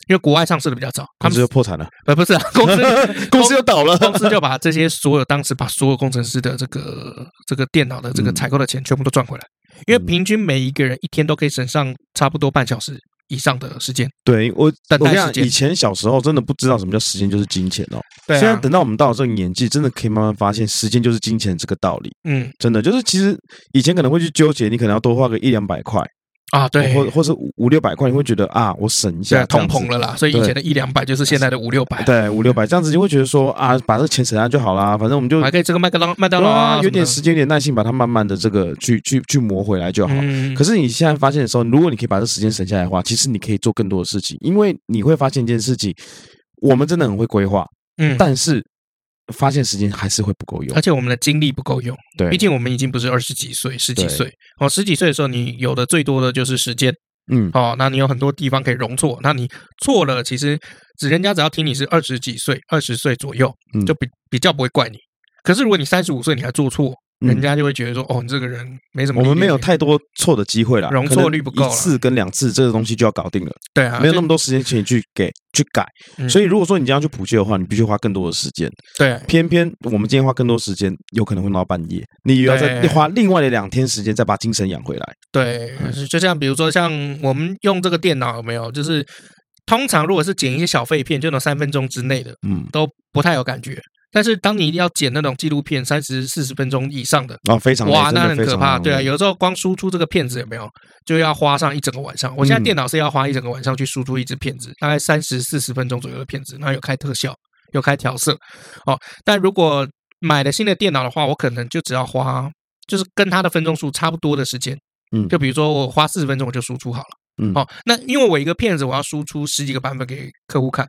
S1: 因为国外上市的比较早，他
S2: 公司
S1: 们
S2: 又破产了，
S1: 呃不是啊公司
S2: 公司又倒了。
S1: 公司就把这些所有当时把所有工程师的这个这个电脑的这个
S2: 嗯
S1: 采购的钱全部都赚回来，因为
S2: 嗯
S1: 平均每一个人一天都可以省上差不多半小时以上的时间。
S2: 对我，
S1: 等
S2: 我
S1: 待
S2: 跟你
S1: 时
S2: 讲，
S1: 间
S2: 以前小时候真的不知道什么叫时间就是金钱哦。
S1: 对
S2: 现在
S1: 啊，
S2: 等到我们到了这个年纪，真的可以慢慢发现时间就是金钱这个道理。
S1: 嗯
S2: 真的就是，其实以前可能会去纠结，你可能要多花个一两百块，
S1: 啊，对，
S2: 或或是五五六百块，你会觉得啊，我省一
S1: 现在
S2: 下，
S1: 通
S2: 这样
S1: 膨
S2: 子
S1: 了啦，所以以
S2: 对
S1: 前的一两百就是现在的五六百，
S2: 对，五六百这样子就会觉得说啊，把这个钱省下就好啦，反正我们就
S1: 还可以吃个麦当劳麦当劳
S2: 对
S1: 啊
S2: 啊，
S1: 什么的，
S2: 有点时间、有点耐心，把它慢慢的这个去去去磨回来就好。
S1: 嗯，
S2: 可是你现在发现的时候，如果你可以把这时间省下来的话，其实你可以做更多的事情，因为你会发现一件事情，我们真的很会规划，
S1: 嗯，
S2: 但是发现时间还是会不够用
S1: 而。且我们的精力不够用，
S2: 对，
S1: 毕竟我们已经不是二十几岁、十几
S2: 对
S1: 岁哦，十几岁的时候你有的最多的就是时间
S2: 嗯，
S1: 哦，那你有很多地方可以容错，那你错了，其实只人家只要听你是二十几岁、二十岁左右，
S2: 嗯
S1: 就比比较不会怪你。可是如果你三十五岁你还做错，
S2: 嗯
S1: 人家就会觉得说哦，你这个人没什么历
S2: 我
S1: 练，
S2: 们没有太多错的机会了，
S1: 容
S2: 可
S1: 错
S2: 能
S1: 率不够
S2: 一
S1: 啦
S2: 次跟两次这个东西就要搞定了，
S1: 对啊，
S2: 没有
S1: 就
S2: 那么多时间请你去给去改
S1: 嗯。
S2: 所以如果说你这样去补救的话，你必须花更多的时间。
S1: 对
S2: 偏偏我们今天花更多时间，有可能会闹半夜，你又要再
S1: 对
S2: 花另外的两天时间再把精神养回来。
S1: 对，
S2: 嗯
S1: 就像比如说像我们用这个电脑有没有，就是通常如果是剪一些小废片，就那种三分钟之内的
S2: 嗯，
S1: 都不太有感觉。但是当你要剪那种纪录片，三十四十分钟以上的，
S2: 啊，非常累
S1: 哇，
S2: 真的
S1: 那很
S2: 非
S1: 可
S2: 常
S1: 怕。
S2: 累
S1: 对啊，有时候光输出这个片子有没有，就要花上一整个晚上。我现在
S2: 嗯
S1: 电脑是要花一整个晚上去输出一支片子，大概三十四十分钟左右的片子，然后有开特效，有开调色。哦，但如果买了新的电脑的话，我可能就只要花，就是跟它的分钟数差不多的时间。
S2: 嗯
S1: 就比如说我花四十分钟我就输出好了。
S2: 嗯
S1: 哦，那因为我一个片子我要输出十几个版本给客户看，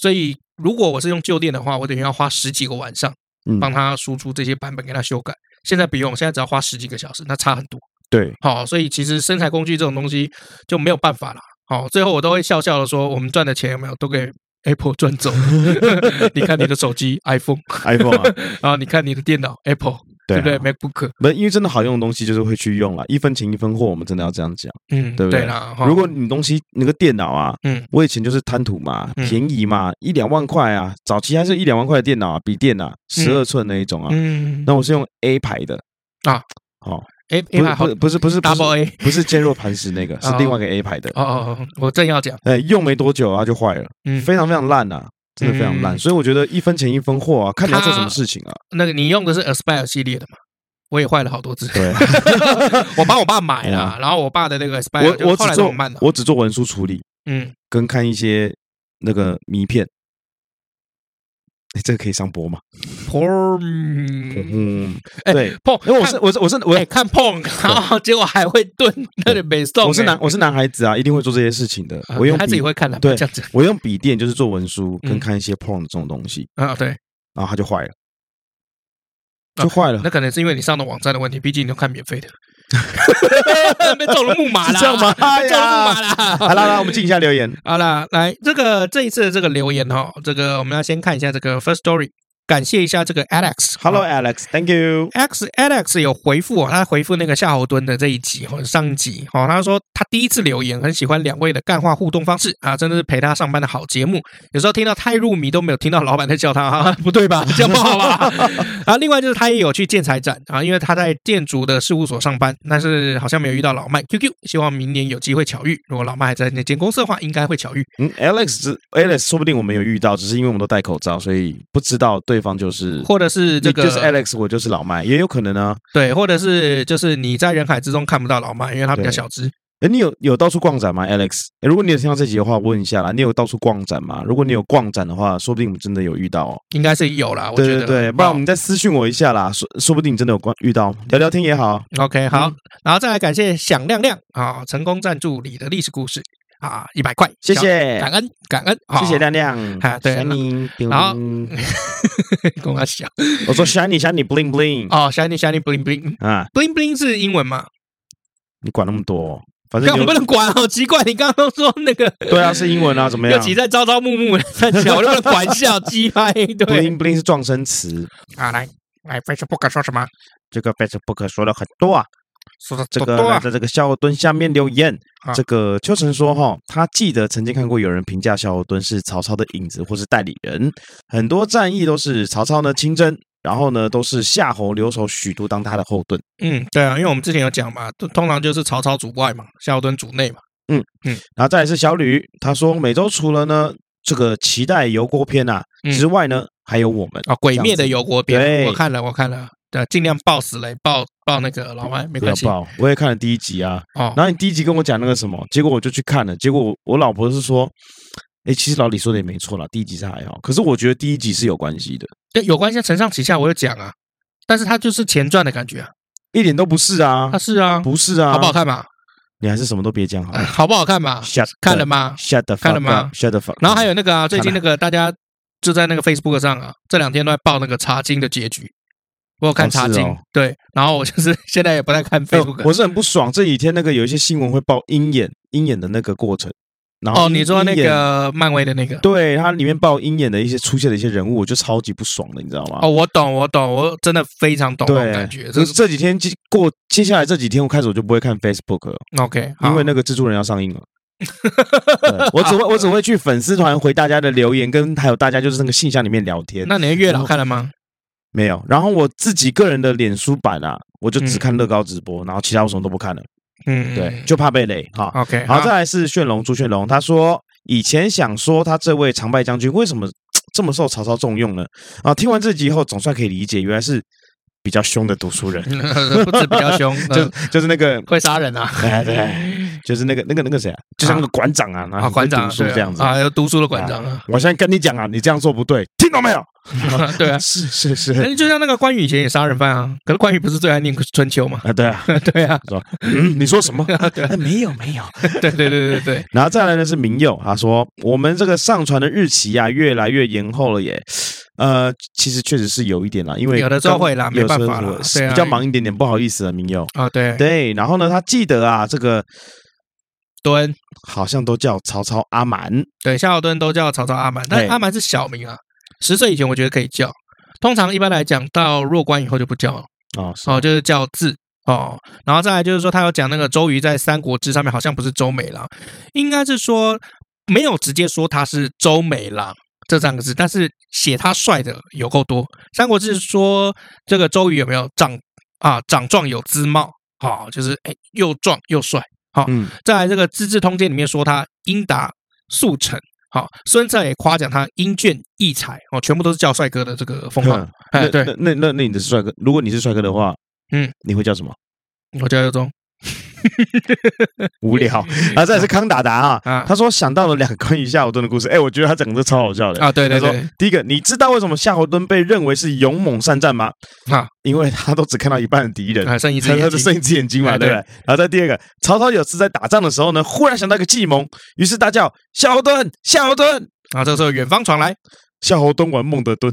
S1: 所以如果我是用旧电的话，我等于要花十几个晚上。
S2: 嗯
S1: 帮他输出这些版本给他修改。现在不用，现在只要花十几个小时，那差很多。
S2: 对，
S1: 好、所以其实生产工具这种东西就没有办法啦。好、最后我都会笑笑的说，我们赚的钱有没有都给 Apple 赚走了？ 你看你的手机 iPhone，
S2: iPhone 啊，
S1: 然后你看你的电脑 Apple，
S2: 对
S1: 对
S2: 啊
S1: 不对？MacBook，
S2: 不，因为真的好用的东西就是会去用了，一分钱一分货，我们真的要这样讲。
S1: 嗯，
S2: 对不对
S1: 啦。哈
S2: 如果你东西那个电脑啊，
S1: 嗯
S2: 我以前就是贪图嘛，
S1: 嗯
S2: 便宜嘛，一两万块啊，早期还是一两万块的电脑啊，笔电啊，十二寸那一种啊，
S1: 嗯，
S2: 那我是用 A 牌的
S1: 啊，
S2: 哦，
S1: 哎
S2: 不
S1: A
S2: 是
S1: 还好
S2: 不是不是不是不是
S1: ，Double A。
S2: 不是坚若磐石 那个，是
S1: 哦
S2: 另外一个 A 牌的，
S1: 哦哦，哦我正要讲，
S2: 哎，用没多久啊就坏了，
S1: 嗯，
S2: 非常非常烂啊。真的非常烂，
S1: 嗯
S2: 所以我觉得一分钱一分货啊，看你要做什么
S1: 它
S2: 事情啊。
S1: 那个你用的是 Aspire 系列的嘛？我也坏了好多只，
S2: 对啊，
S1: 我帮我爸买
S2: 对
S1: 了
S2: 啊，
S1: 然后我爸的那个 Aspire
S2: 我
S1: 就后
S2: 我只
S1: 来都
S2: 做
S1: 很慢了，
S2: 我只做文书处理，
S1: 嗯，
S2: 跟看一些那个迷片。哎，这个可以上播吗？
S1: porn，
S2: 嗯，
S1: 哎
S2: 对，
S1: 碰，
S2: 因为我是我是我是我
S1: 哎看 碰，然后结果还会蹲，那里北宋，
S2: 我是男我是男孩子啊，一定会做这些事情的。
S1: 哎啊，
S2: 我用
S1: 他自己
S2: 笔
S1: 会看的，
S2: 对
S1: 这样子
S2: 我用笔电就是做文书跟
S1: 嗯
S2: 看一些 porn 这种东西，
S1: 啊，对，
S2: 然后它就坏了，
S1: 啊
S2: 就坏了。
S1: 那可能是因为你上的网站的问题，毕竟你都看免费 的，被中了木马啦，
S2: 是这样吗 哎
S1: 被中了木马
S2: 好
S1: 啦。
S2: 啦，来，我们进一下留言。
S1: 好啦，来这个这一次的这个留言哦，这个我们要先看一下这个 first story，感谢一下这个 Alex。
S2: Hello Alex，Thank you。
S1: X Alex 有回复哦，他回复那个夏侯惇的这一集哦，上一集哦，他说他第一次留言，很喜欢两位的干话互动方式啊，真的是陪他上班的好节目。有时候听到太入迷都没有听到老板在叫他 啊，不对 吧？这样不好吧？啊，另外就是他也有去建材展啊，因为他在建筑的事务所上班，但是好像没有遇到老麦 QQ，希望明年有机会巧遇。如果老麦还在那间公司的话，应该会巧遇。
S2: 嗯，Alex 只 Alex 说不定我们有遇到，只是因为我们都戴口罩，所以不知道对方就是
S1: 或者是这
S2: 呃你
S1: 个
S2: 就是 Alex，我就是老麦，也有可能啊。
S1: 对，或者是就是你在人海之中看不到老麦，因为他比较小只。
S2: 哎，你有有到处逛展吗，Alex？诶如果你有听到这集的话，问一下啦，你有到处逛展吗？如果你有逛展的话，说不定我们真的有遇到哦。
S1: 应该是有啦，我
S2: 对
S1: 觉
S2: 对
S1: 得。
S2: 对，不然我们再私信我一下啦，说说不定你真的有逛遇到，聊聊天也好。
S1: OK，好，
S2: 嗯
S1: 然后再来感谢响亮亮啊、成功赞助你的历史故事啊，一百块，
S2: 谢
S1: 小，
S2: 谢，
S1: 感恩感恩，啊
S2: 谢谢亮亮。
S1: 啊对
S2: Shiny，
S1: 然后
S2: bling bling
S1: 跟我讲
S2: 我说 Shiny Shiny bling bling
S1: 哦，shiny shiny bling bling
S2: 啊，
S1: bling bling 是英文嘛？
S2: 你管那么多哦，反正
S1: 但
S2: 你
S1: 我
S2: 有
S1: 不能管，好奇怪，你刚刚说那个
S2: 对啊，是英文啊，怎么
S1: 又
S2: 样
S1: 挤在朝朝暮暮的在讲，我就不能管笑，鸡掰 对
S2: ？bling bling 是撞声词，
S1: 啊，来来，Facebook 说什么？
S2: 这个 Facebook 说了很多啊。
S1: 说的
S2: 这
S1: 多
S2: 个
S1: 多
S2: 来
S1: 啊，
S2: 在这个夏侯惇下面留言
S1: 啊，
S2: 这个秋成说哈，他记得曾经看过有人评价夏侯惇是曹操的影子或是代理人，很多战役都是曹操呢亲征，然后呢都是夏侯留守许都当他的后盾。
S1: 嗯，对啊，因为我们之前有讲嘛，通通常就是曹操主外嘛，夏侯惇主内嘛，
S2: 然后再来是小吕，他说每周除了呢这个期待油锅篇啊
S1: 嗯
S2: 之外呢，还有我们
S1: 啊，鬼灭的油锅边，
S2: 对
S1: 我看了，我看了，对，尽量爆死雷，爆爆那个老外没
S2: 不
S1: 关
S2: 要
S1: 系哦。哦
S2: 爆，我也看了第一集啊，然后你第一集跟我讲那个什么，结果我就去看了，结果我我老婆是说，哎，其实老李说的也没错啦，第一集是还好，可是我觉得第一集是有关系的，
S1: 对，有关系，承上启下，我有讲啊，但是它就是前传的感觉啊，
S2: 一点都不是啊
S1: 它，是啊，
S2: 不啊是啊，
S1: 好不好？看嘛？
S2: 你还是什么都别讲好了。
S1: 好不好看 嘛？
S2: Shut
S1: 看了吗？
S2: ？Shut the
S1: 看了吗
S2: Shut the fuck。
S1: 然后还有那个啊，最
S2: 看
S1: 近
S2: 了
S1: 那个大家就在那个 Facebook 上啊，这两天都在报那个茶经的结局。我有看
S2: 哦是
S1: 茶经，
S2: 哦
S1: 对，然后我就是 现在也不太看
S2: 哎
S1: Facebook
S2: 我。是很不爽，这几天那个有一些新闻会报鹰眼鹰眼的那个过程，然后
S1: 哦，你说那
S2: 鹰眼
S1: 个漫威的那个？
S2: 对它里面报鹰眼的一些出现的一些人物，我就超级不爽的，你知道吗？
S1: 哦，我懂，我懂，我真的非常懂那种感觉。
S2: 就
S1: 这
S2: 是这几天接过接下来这几天，我开始我就不会看 Facebook 了，
S1: OK，好
S2: 因为那个蜘蛛人要上 映了。对我只会我只会去粉丝团回大家的留言，跟还有大家就是那个信箱里面聊天，
S1: 那你的月老看了吗？
S2: 没有。然后我自己个人的脸书版啊，我就只看乐高直播，然后其他我什么都不看了，
S1: 嗯，
S2: 对，就怕被雷哈。
S1: OK，
S2: 好，再来是炫龙朱炫龙，他说以前想说他这位常败将军为什么这么受曹操重用呢？啊，听完这集以后，总算可以理解，原来是比较凶的读书人，
S1: 不止比较凶，
S2: 就
S1: 呃
S2: 就是那 个
S1: 会杀人啊！
S2: 哎对，就是那个那个那个谁啊，就像那个馆长啊，然后
S1: 啊，馆长
S2: 会读书
S1: 对啊
S2: 这样子。
S1: 啊，有读书的馆长啊，
S2: 我现在跟你讲啊，你这样做不对，听懂没有？
S1: 对 啊。
S2: 是是是
S1: 哎就像那个关羽以前也杀人犯啊，可是关羽不是最爱念春秋嘛？
S2: 啊，对啊，
S1: 对啊，
S2: 嗯，你说什么？
S1: 对啊
S2: 哎没有没有。
S1: 对对对对对，
S2: 然后再来呢是明佑，他说我们这个上传的日期啊，越来越延后了耶。呃，其实确实是有一点啦，因为
S1: 有的时候
S2: 刚
S1: 会啦没
S2: 有时候
S1: 办法啦
S2: 我是
S1: 对啊
S2: 比较忙一点点，不好意思啊，明佑。
S1: 啊对，
S2: 对，然后呢，他记得啊，这个
S1: 敦
S2: 好像都叫曹操阿满，
S1: 对夏侯惇都叫曹操阿满，但
S2: 对
S1: 阿满是小名啊，十岁以前我觉得可以叫，通常一般来讲到弱冠以后就不叫了。
S2: 哦，是
S1: 哦，就是叫字哦。然后再来就是说，他有讲那个周瑜在《三国志》上面好像不是周美郎，应该是说没有直接说他是周美郎这三个字，但是写他帅的有够多。《三国志》说这个周瑜有没有长啊长壮有姿貌，好、就是哎又壮又帅。
S2: 嗯，
S1: 再来这个《资治通鉴》里面说他英达速成。好，孙策也夸奖他英俊异才哦，全部都是叫帅哥的这个封号
S2: 哼。
S1: 哎，对
S2: 嗯那，那那那你的是帅哥，如果你是帅哥的话，
S1: 嗯，
S2: 你会叫什么？
S1: 我叫尤忠。
S2: 无聊。然后再来是康达达啊
S1: 啊，
S2: 他说想到了两个关于夏侯惇的故事，哎，我觉得他讲的超好笑的
S1: 啊对对
S2: 他说
S1: 对，
S2: 第一个，你知道为什么夏侯惇被认为是勇猛善战吗？
S1: 啊，
S2: 因为他都只看到一半的敌人，
S1: 还哎剩一只
S2: 他他
S1: 眼
S2: 的
S1: 睛
S2: 剩一只眼睛嘛，
S1: 哎
S2: 对
S1: 对
S2: 不对？然后再第二个，曹操有次在打仗的时候呢，忽然想到一个计谋，于是大叫夏侯惇，夏侯惇，
S1: 啊！这时候远方传来，
S2: 夏侯惇玩孟德敦，。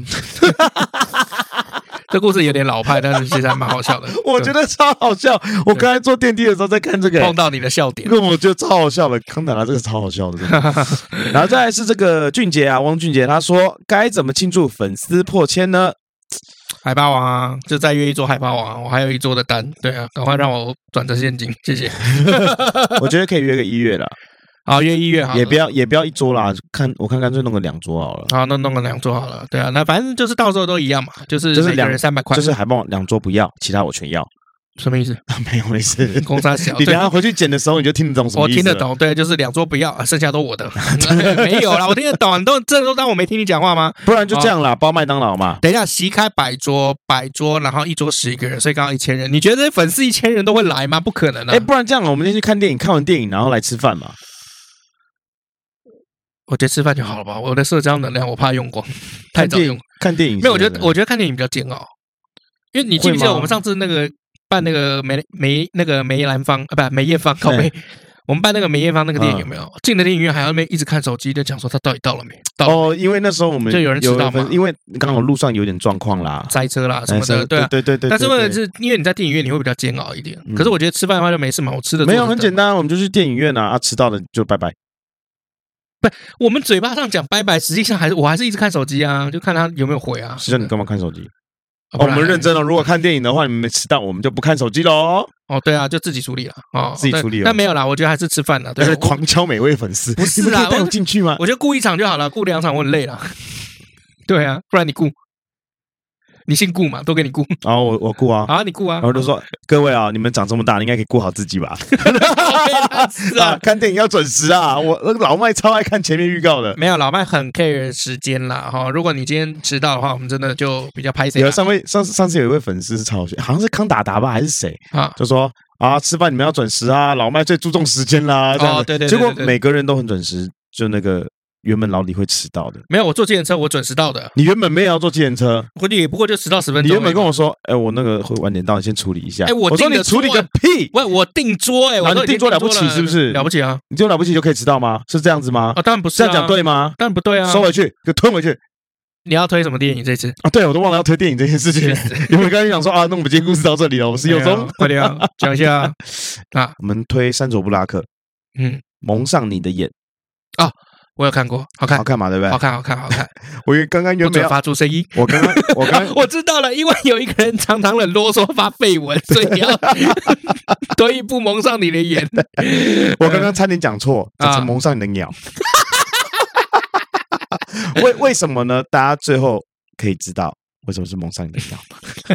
S1: 这故事有点老派，但是其实还蛮好笑的
S2: 我觉
S1: 得
S2: 得超好笑。我刚才坐电梯的时候在看这个，
S1: 碰到你的笑 点
S2: 那我觉得超好笑的，康达拉这个超好笑的，真 的然后再来是这个俊杰啊，汪俊杰他说该怎么庆祝粉丝破千呢？
S1: 海霸王啊，就再约一桌海霸王啊、我还有一桌的单，对啊，赶快让我转成现金， 谢谢。
S2: 我觉得可以约个一月啦，
S1: 好，约一月好了，
S2: 也不要也不要一桌啦，看我看干脆弄个两桌好了，
S1: 好，那弄个两桌好了，对啊，那反正就是到时候都一样嘛，就是
S2: 就是
S1: 每个
S2: 两
S1: 人三百块，
S2: 就是海报两桌不要，其他我全要，
S1: 什么意思？
S2: 没有没 事。
S1: 公差小，
S2: 你等
S1: 对
S2: 一啊下回去剪的时候你就听得懂什么
S1: 我
S2: 意思啊
S1: 听
S2: 了
S1: 得，懂，哦对，就是两桌不要，剩下都我的， 没有啦，我听得懂，你都这都当我没听你讲话吗？
S2: 不然就这样
S1: 哦
S2: 啦，包麦当劳嘛。
S1: 等一下，席开百桌，百桌，然后一桌十一个人，所以刚刚一千人，你觉得粉丝一千人都会来吗？不可能啊！
S2: 哎，不然这样，我们先去看电影，看完电影然后来吃饭嘛。
S1: 我觉得吃饭就好了吧，我的社交能量我怕用光，太
S2: 看
S1: 早
S2: 电
S1: 用
S2: 影。，看电影是
S1: 没有，我觉得
S2: 不是
S1: 我觉得看电影比较煎熬，因为你记不记
S2: 会
S1: 得
S2: 吗
S1: 我们上次那个办那个梅梅那个梅兰芳啊，不梅艳芳，靠
S2: 哎
S1: 梅，我们办那个梅艳芳那个电
S2: 嗯
S1: 影有没有？进了电影院还要那边一直看手机，就讲说他到底到了没？到了
S2: 哦，因为那时候我们
S1: 就有人迟到嘛
S2: 分因为刚好路上有点状况啦，
S1: 塞车啦什么
S2: 哎
S1: 的，
S2: 是
S1: 对啊。
S2: 对对对。
S1: 但是
S2: 对
S1: 问
S2: 对
S1: 题是，因为你在电影院你会比较煎熬一点
S2: 嗯。
S1: 可是我觉得吃饭的话就没事嘛，我吃的
S2: 没有很简。单，我们就去电影院啊，啊，迟到了就拜拜。
S1: 我们嘴巴上讲拜拜，实际上还是我还是一直看手机啊，就看他有没有回啊。
S2: 实际上你干嘛看手机？
S1: 啊
S2: 哦，
S1: 不
S2: 我
S1: 然
S2: 们认真了。如果看电影的话，你们没迟到，我们就不看手机喽。
S1: 哦，对啊，就自己处理了哦，
S2: 自己处理了
S1: 那没有啦，我觉得还是吃饭啦。 对
S2: 但
S1: 啊
S2: 是，狂敲每位粉丝，不
S1: 是啊
S2: 带我
S1: 我
S2: 进去吗
S1: 我？我觉得顾一场就好了，顾两场我很累了。 对啊，不然你顾，你姓顾嘛，都给你顾。
S2: 然后我我顾啊，
S1: 好啊，你顾啊
S2: 然。 后就说各位啊，你们长这么大，应该可以顾好自己吧？
S1: 是
S2: 啊
S1: 啊，，
S2: 看电影要准时啊！我我老麦超爱看前面预告的。
S1: 没有老麦很 care 时间啦哈、哦。如果你今天迟到的话，我们真的就比较拍谁啊
S2: 有上位上次上次有一位粉丝是超好笑，好像是康达达吧还是谁，
S1: 啊。
S2: 就说啊吃饭你们要准时啊，老麦最注重时间啦。这样子
S1: 哦对对对
S2: 结果
S1: 对对
S2: 每个人都很准时，就那个原本老李会迟到的，
S1: 没有，我坐计程车我准时到的，
S2: 你原本没有要坐计程车，
S1: 估计也不过就迟到十分
S2: 你
S1: 钟而已。
S2: 原本跟我说，哎、我那个会晚点到，你先处理一下。
S1: 哎我
S2: 我说
S1: 订的
S2: 你处理个
S1: 桌
S2: 屁，
S1: 喂，我订桌哎、
S2: 啊
S1: 我
S2: 你
S1: 都已经
S2: 订桌了不起是不是
S1: 了不起啊！
S2: 你就了不起就可以迟到吗？是这样子吗？
S1: 啊，当然不是、
S2: 这
S1: 啊，
S2: 样讲对，吗？
S1: 当然不对啊。
S2: 收回去，给吞回去
S1: 你要推什么电影这次？
S2: 啊！对，我都忘了要推电影这件事情
S1: 确 实。
S2: 因为刚才想说啊，那我们今天故事到这里了，我是
S1: 没
S2: 有
S1: 有
S2: 中，
S1: 快点啊， 讲一下啊。
S2: 我们推山卓布拉克《
S1: 嗯，
S2: 蒙上你的眼》，
S1: 我有看过，好看
S2: 好，看嘛，对不
S1: 哎好
S2: 对？
S1: 看，好看，好 看。
S2: 我刚刚
S1: 不
S2: 原本
S1: 准
S2: 要
S1: 发出声音。
S2: 我刚刚我刚
S1: 我知道了，因为有一个人常常很啰嗦发绯 闻，所以你要 推一步蒙上你的眼。
S2: 我刚刚差点讲错，
S1: 啊
S2: 讲成蒙上你的鸟。 为为什么呢？大家最后可以知道为什么是蒙上你的鸟。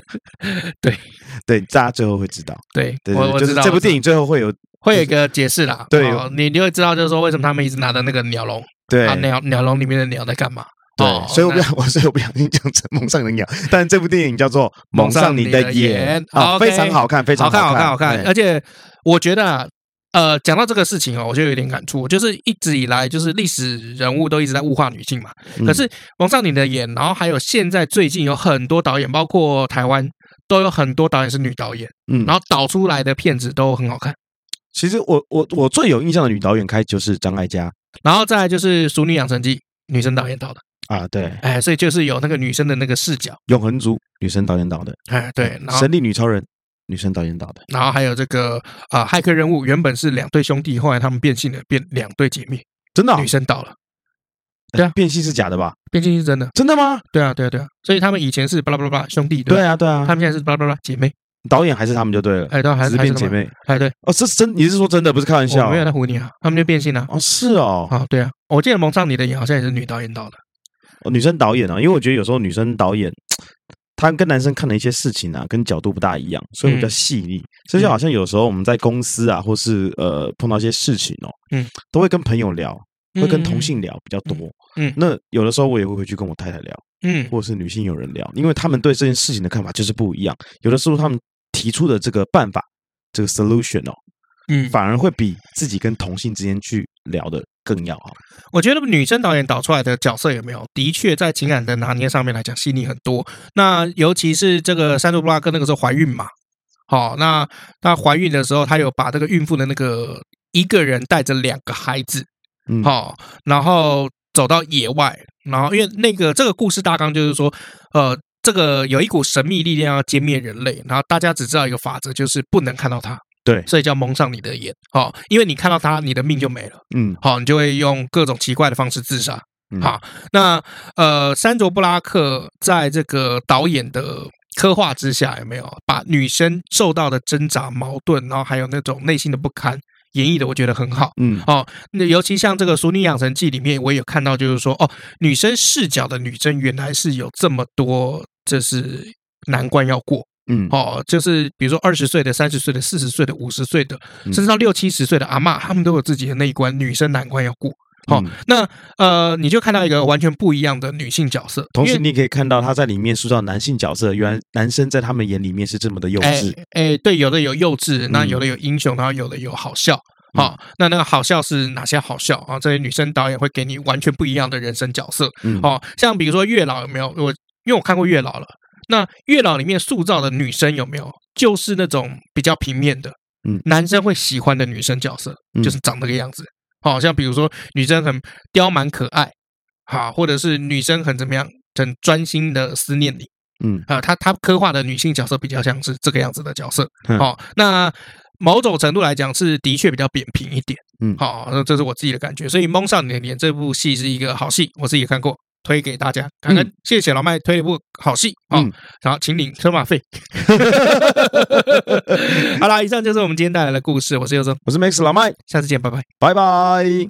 S1: 对
S2: 对，大家最后会知道。
S1: 对，
S2: 对，
S1: 我
S2: 对
S1: 我
S2: 就
S1: 知
S2: 是
S1: 道
S2: 这部
S1: 我知道啊
S2: 电影最后会有
S1: 会有一个解释啦。
S2: 对
S1: 哦你就会知道，就是说为什么他们一直拿着那个鸟笼
S2: 对
S1: 啊，鸟鸟笼里面的鸟在干嘛？哦
S2: 对，所以我不
S1: 那
S2: 想，我所以我不想讲成蒙上你的鸟，但这部电影叫做《蒙上你的
S1: 蒙上你的
S2: 眼
S1: 眼》
S2: 啊，
S1: OK
S2: 非常好看，非常
S1: 好看，好看，好看。
S2: 哎
S1: 而且我觉得啊，呃，讲到这个事情哦，我就有点感触，就是一直以来就是历史人物都一直在物化女性嘛。
S2: 嗯
S1: 可是王上你的演，然后还有现在最近有很多导演，包括台湾都有很多导演是女导演，
S2: 嗯，
S1: 然后导出来的片子都很好看。
S2: 其实我我我最有印象的女导演开就是张艾嘉
S1: 然后再来就是《熟女养成记》，女生导演导的，
S2: 啊，对，
S1: 哎，所以就是有那个女生的那个视角，
S2: 永恒族女生导演导的，
S1: 哎，对，然后
S2: 神力女超人女生导演导的，
S1: 然后还有这个啊，骇客任务原本是两对兄弟，后来他们变性了，变两对姐妹，
S2: 真的啊
S1: 女生导了，对啊
S2: 变性是假的吧？
S1: 变性是真的，
S2: 真的吗？
S1: 对啊，对啊，对啊，所以他们以前是巴拉巴拉巴拉兄弟，
S2: 对
S1: 吧，
S2: 啊，对啊
S1: 他，们现在是巴拉巴拉姐妹，
S2: 导演还是他们就对了，
S1: 哎，对啊，还
S2: 只
S1: 是
S2: 是
S1: 还是
S2: 变
S1: 他
S2: 姐
S1: 们，
S2: 妹
S1: 哎，对，
S2: 哦，这是真，你是说真的，不是开玩笑
S1: 我没有在唬你啊，他们就变性了。
S2: 哦，是哦，
S1: 啊，对啊，我记得《蒙上你的眼》好像也是女导演导的，
S2: 哦女生导演啊，因为我觉得有时候女生导演，她跟男生看的一些事情啊，跟角度不大一样，所以
S1: 嗯
S2: 比较细腻。这、就好像有时候我们在公司啊，或是呃碰到一些事情哦，
S1: 嗯，
S2: 都会跟朋友聊，会跟同
S1: 性，
S2: 性聊比较多。
S1: 嗯
S2: 那有的时候我也会回去跟我太太聊，
S1: 嗯，
S2: 或者是女性友人聊，因为他们对这件事情的看法就是不一样。有的时候他们提出的这个办法，这个 solution 哦，
S1: 嗯，
S2: 反而会比自己跟同性之间去聊的更要好。
S1: 我觉得女生导演导出来的角色有没有，的确在情感的拿捏上面来讲细腻很多。那尤其是这个山竹布拉克那个时候怀孕嘛，好、那她怀孕的时候，她有把这个孕妇的那个一个人带着两个孩子，
S2: 嗯，，
S1: 好、然后走到野外，然后因为那个这个故事大纲就是说，呃，这个有一股神秘力量要歼灭人类，然后大家只知道一个法则，就是不能看到它，
S2: 对，
S1: 所以叫蒙上你的眼，好、因为你看到它，你的命就没了。
S2: 嗯，
S1: 好、你就会用各种奇怪的方式自杀。
S2: 嗯
S1: 好，那呃，山卓布拉克在这个导演的刻画之下，有没有把女生受到的挣扎、矛盾，然后还有那种内心的不堪，演绎的我觉得很好。
S2: 嗯，
S1: 哦，那尤其像这个《熟女养成记》里面，我也有看到，就是说，哦，女生视角的女生原来是有这么多，就是难关要过。
S2: 嗯，
S1: 哦，就是比如说二十岁的、三十岁的、四十岁的、五十岁的，
S2: 嗯
S1: 甚至到六七十岁的阿嬷，他们都有自己的那一关，女生难关要过。好、
S2: 嗯
S1: 那呃，你就看到一个完全不一样的女性角色，
S2: 同时
S1: 因为
S2: 你可以看到他在里面塑造男性角色，原来男生在他们眼里面是这么的幼
S1: 哎
S2: 稚。
S1: 哎，对，有的有幼稚，那
S2: 嗯
S1: 有的有英雄，然后有的有好笑。好、那那个好笑是哪些好笑啊？这些女生导演会给你完全不一样的人生角色。
S2: 嗯，
S1: 哦，像比如说月老有没有？我因为我看过月老了，那月老里面塑造的女生有没有，就是那种比较平面的，
S2: 嗯
S1: 男生会喜欢的女生角色，
S2: 嗯
S1: 就是长那个样子。好、像比如说女生很刁蛮可爱，好，或者是女生很怎么样，很专心的思念你。
S2: 嗯
S1: 啊，他他刻画的女性角色比较像是这个样子的角色。
S2: 嗯
S1: 哦，那某种程度来讲是的确比较扁平一点。
S2: 嗯
S1: 好、那这是我自己的感觉。所以《蒙上你的脸》这部戏是一个好戏，我自己也看过，推给大家。感恩，谢谢老麦推了一部好戏。好、
S2: 嗯
S1: 然后请领车马 费。好啦，以上就是我们今天带来的故事。我是佑宗，
S2: 我是 Max 老麦，
S1: 下次见，拜拜。
S2: 拜拜。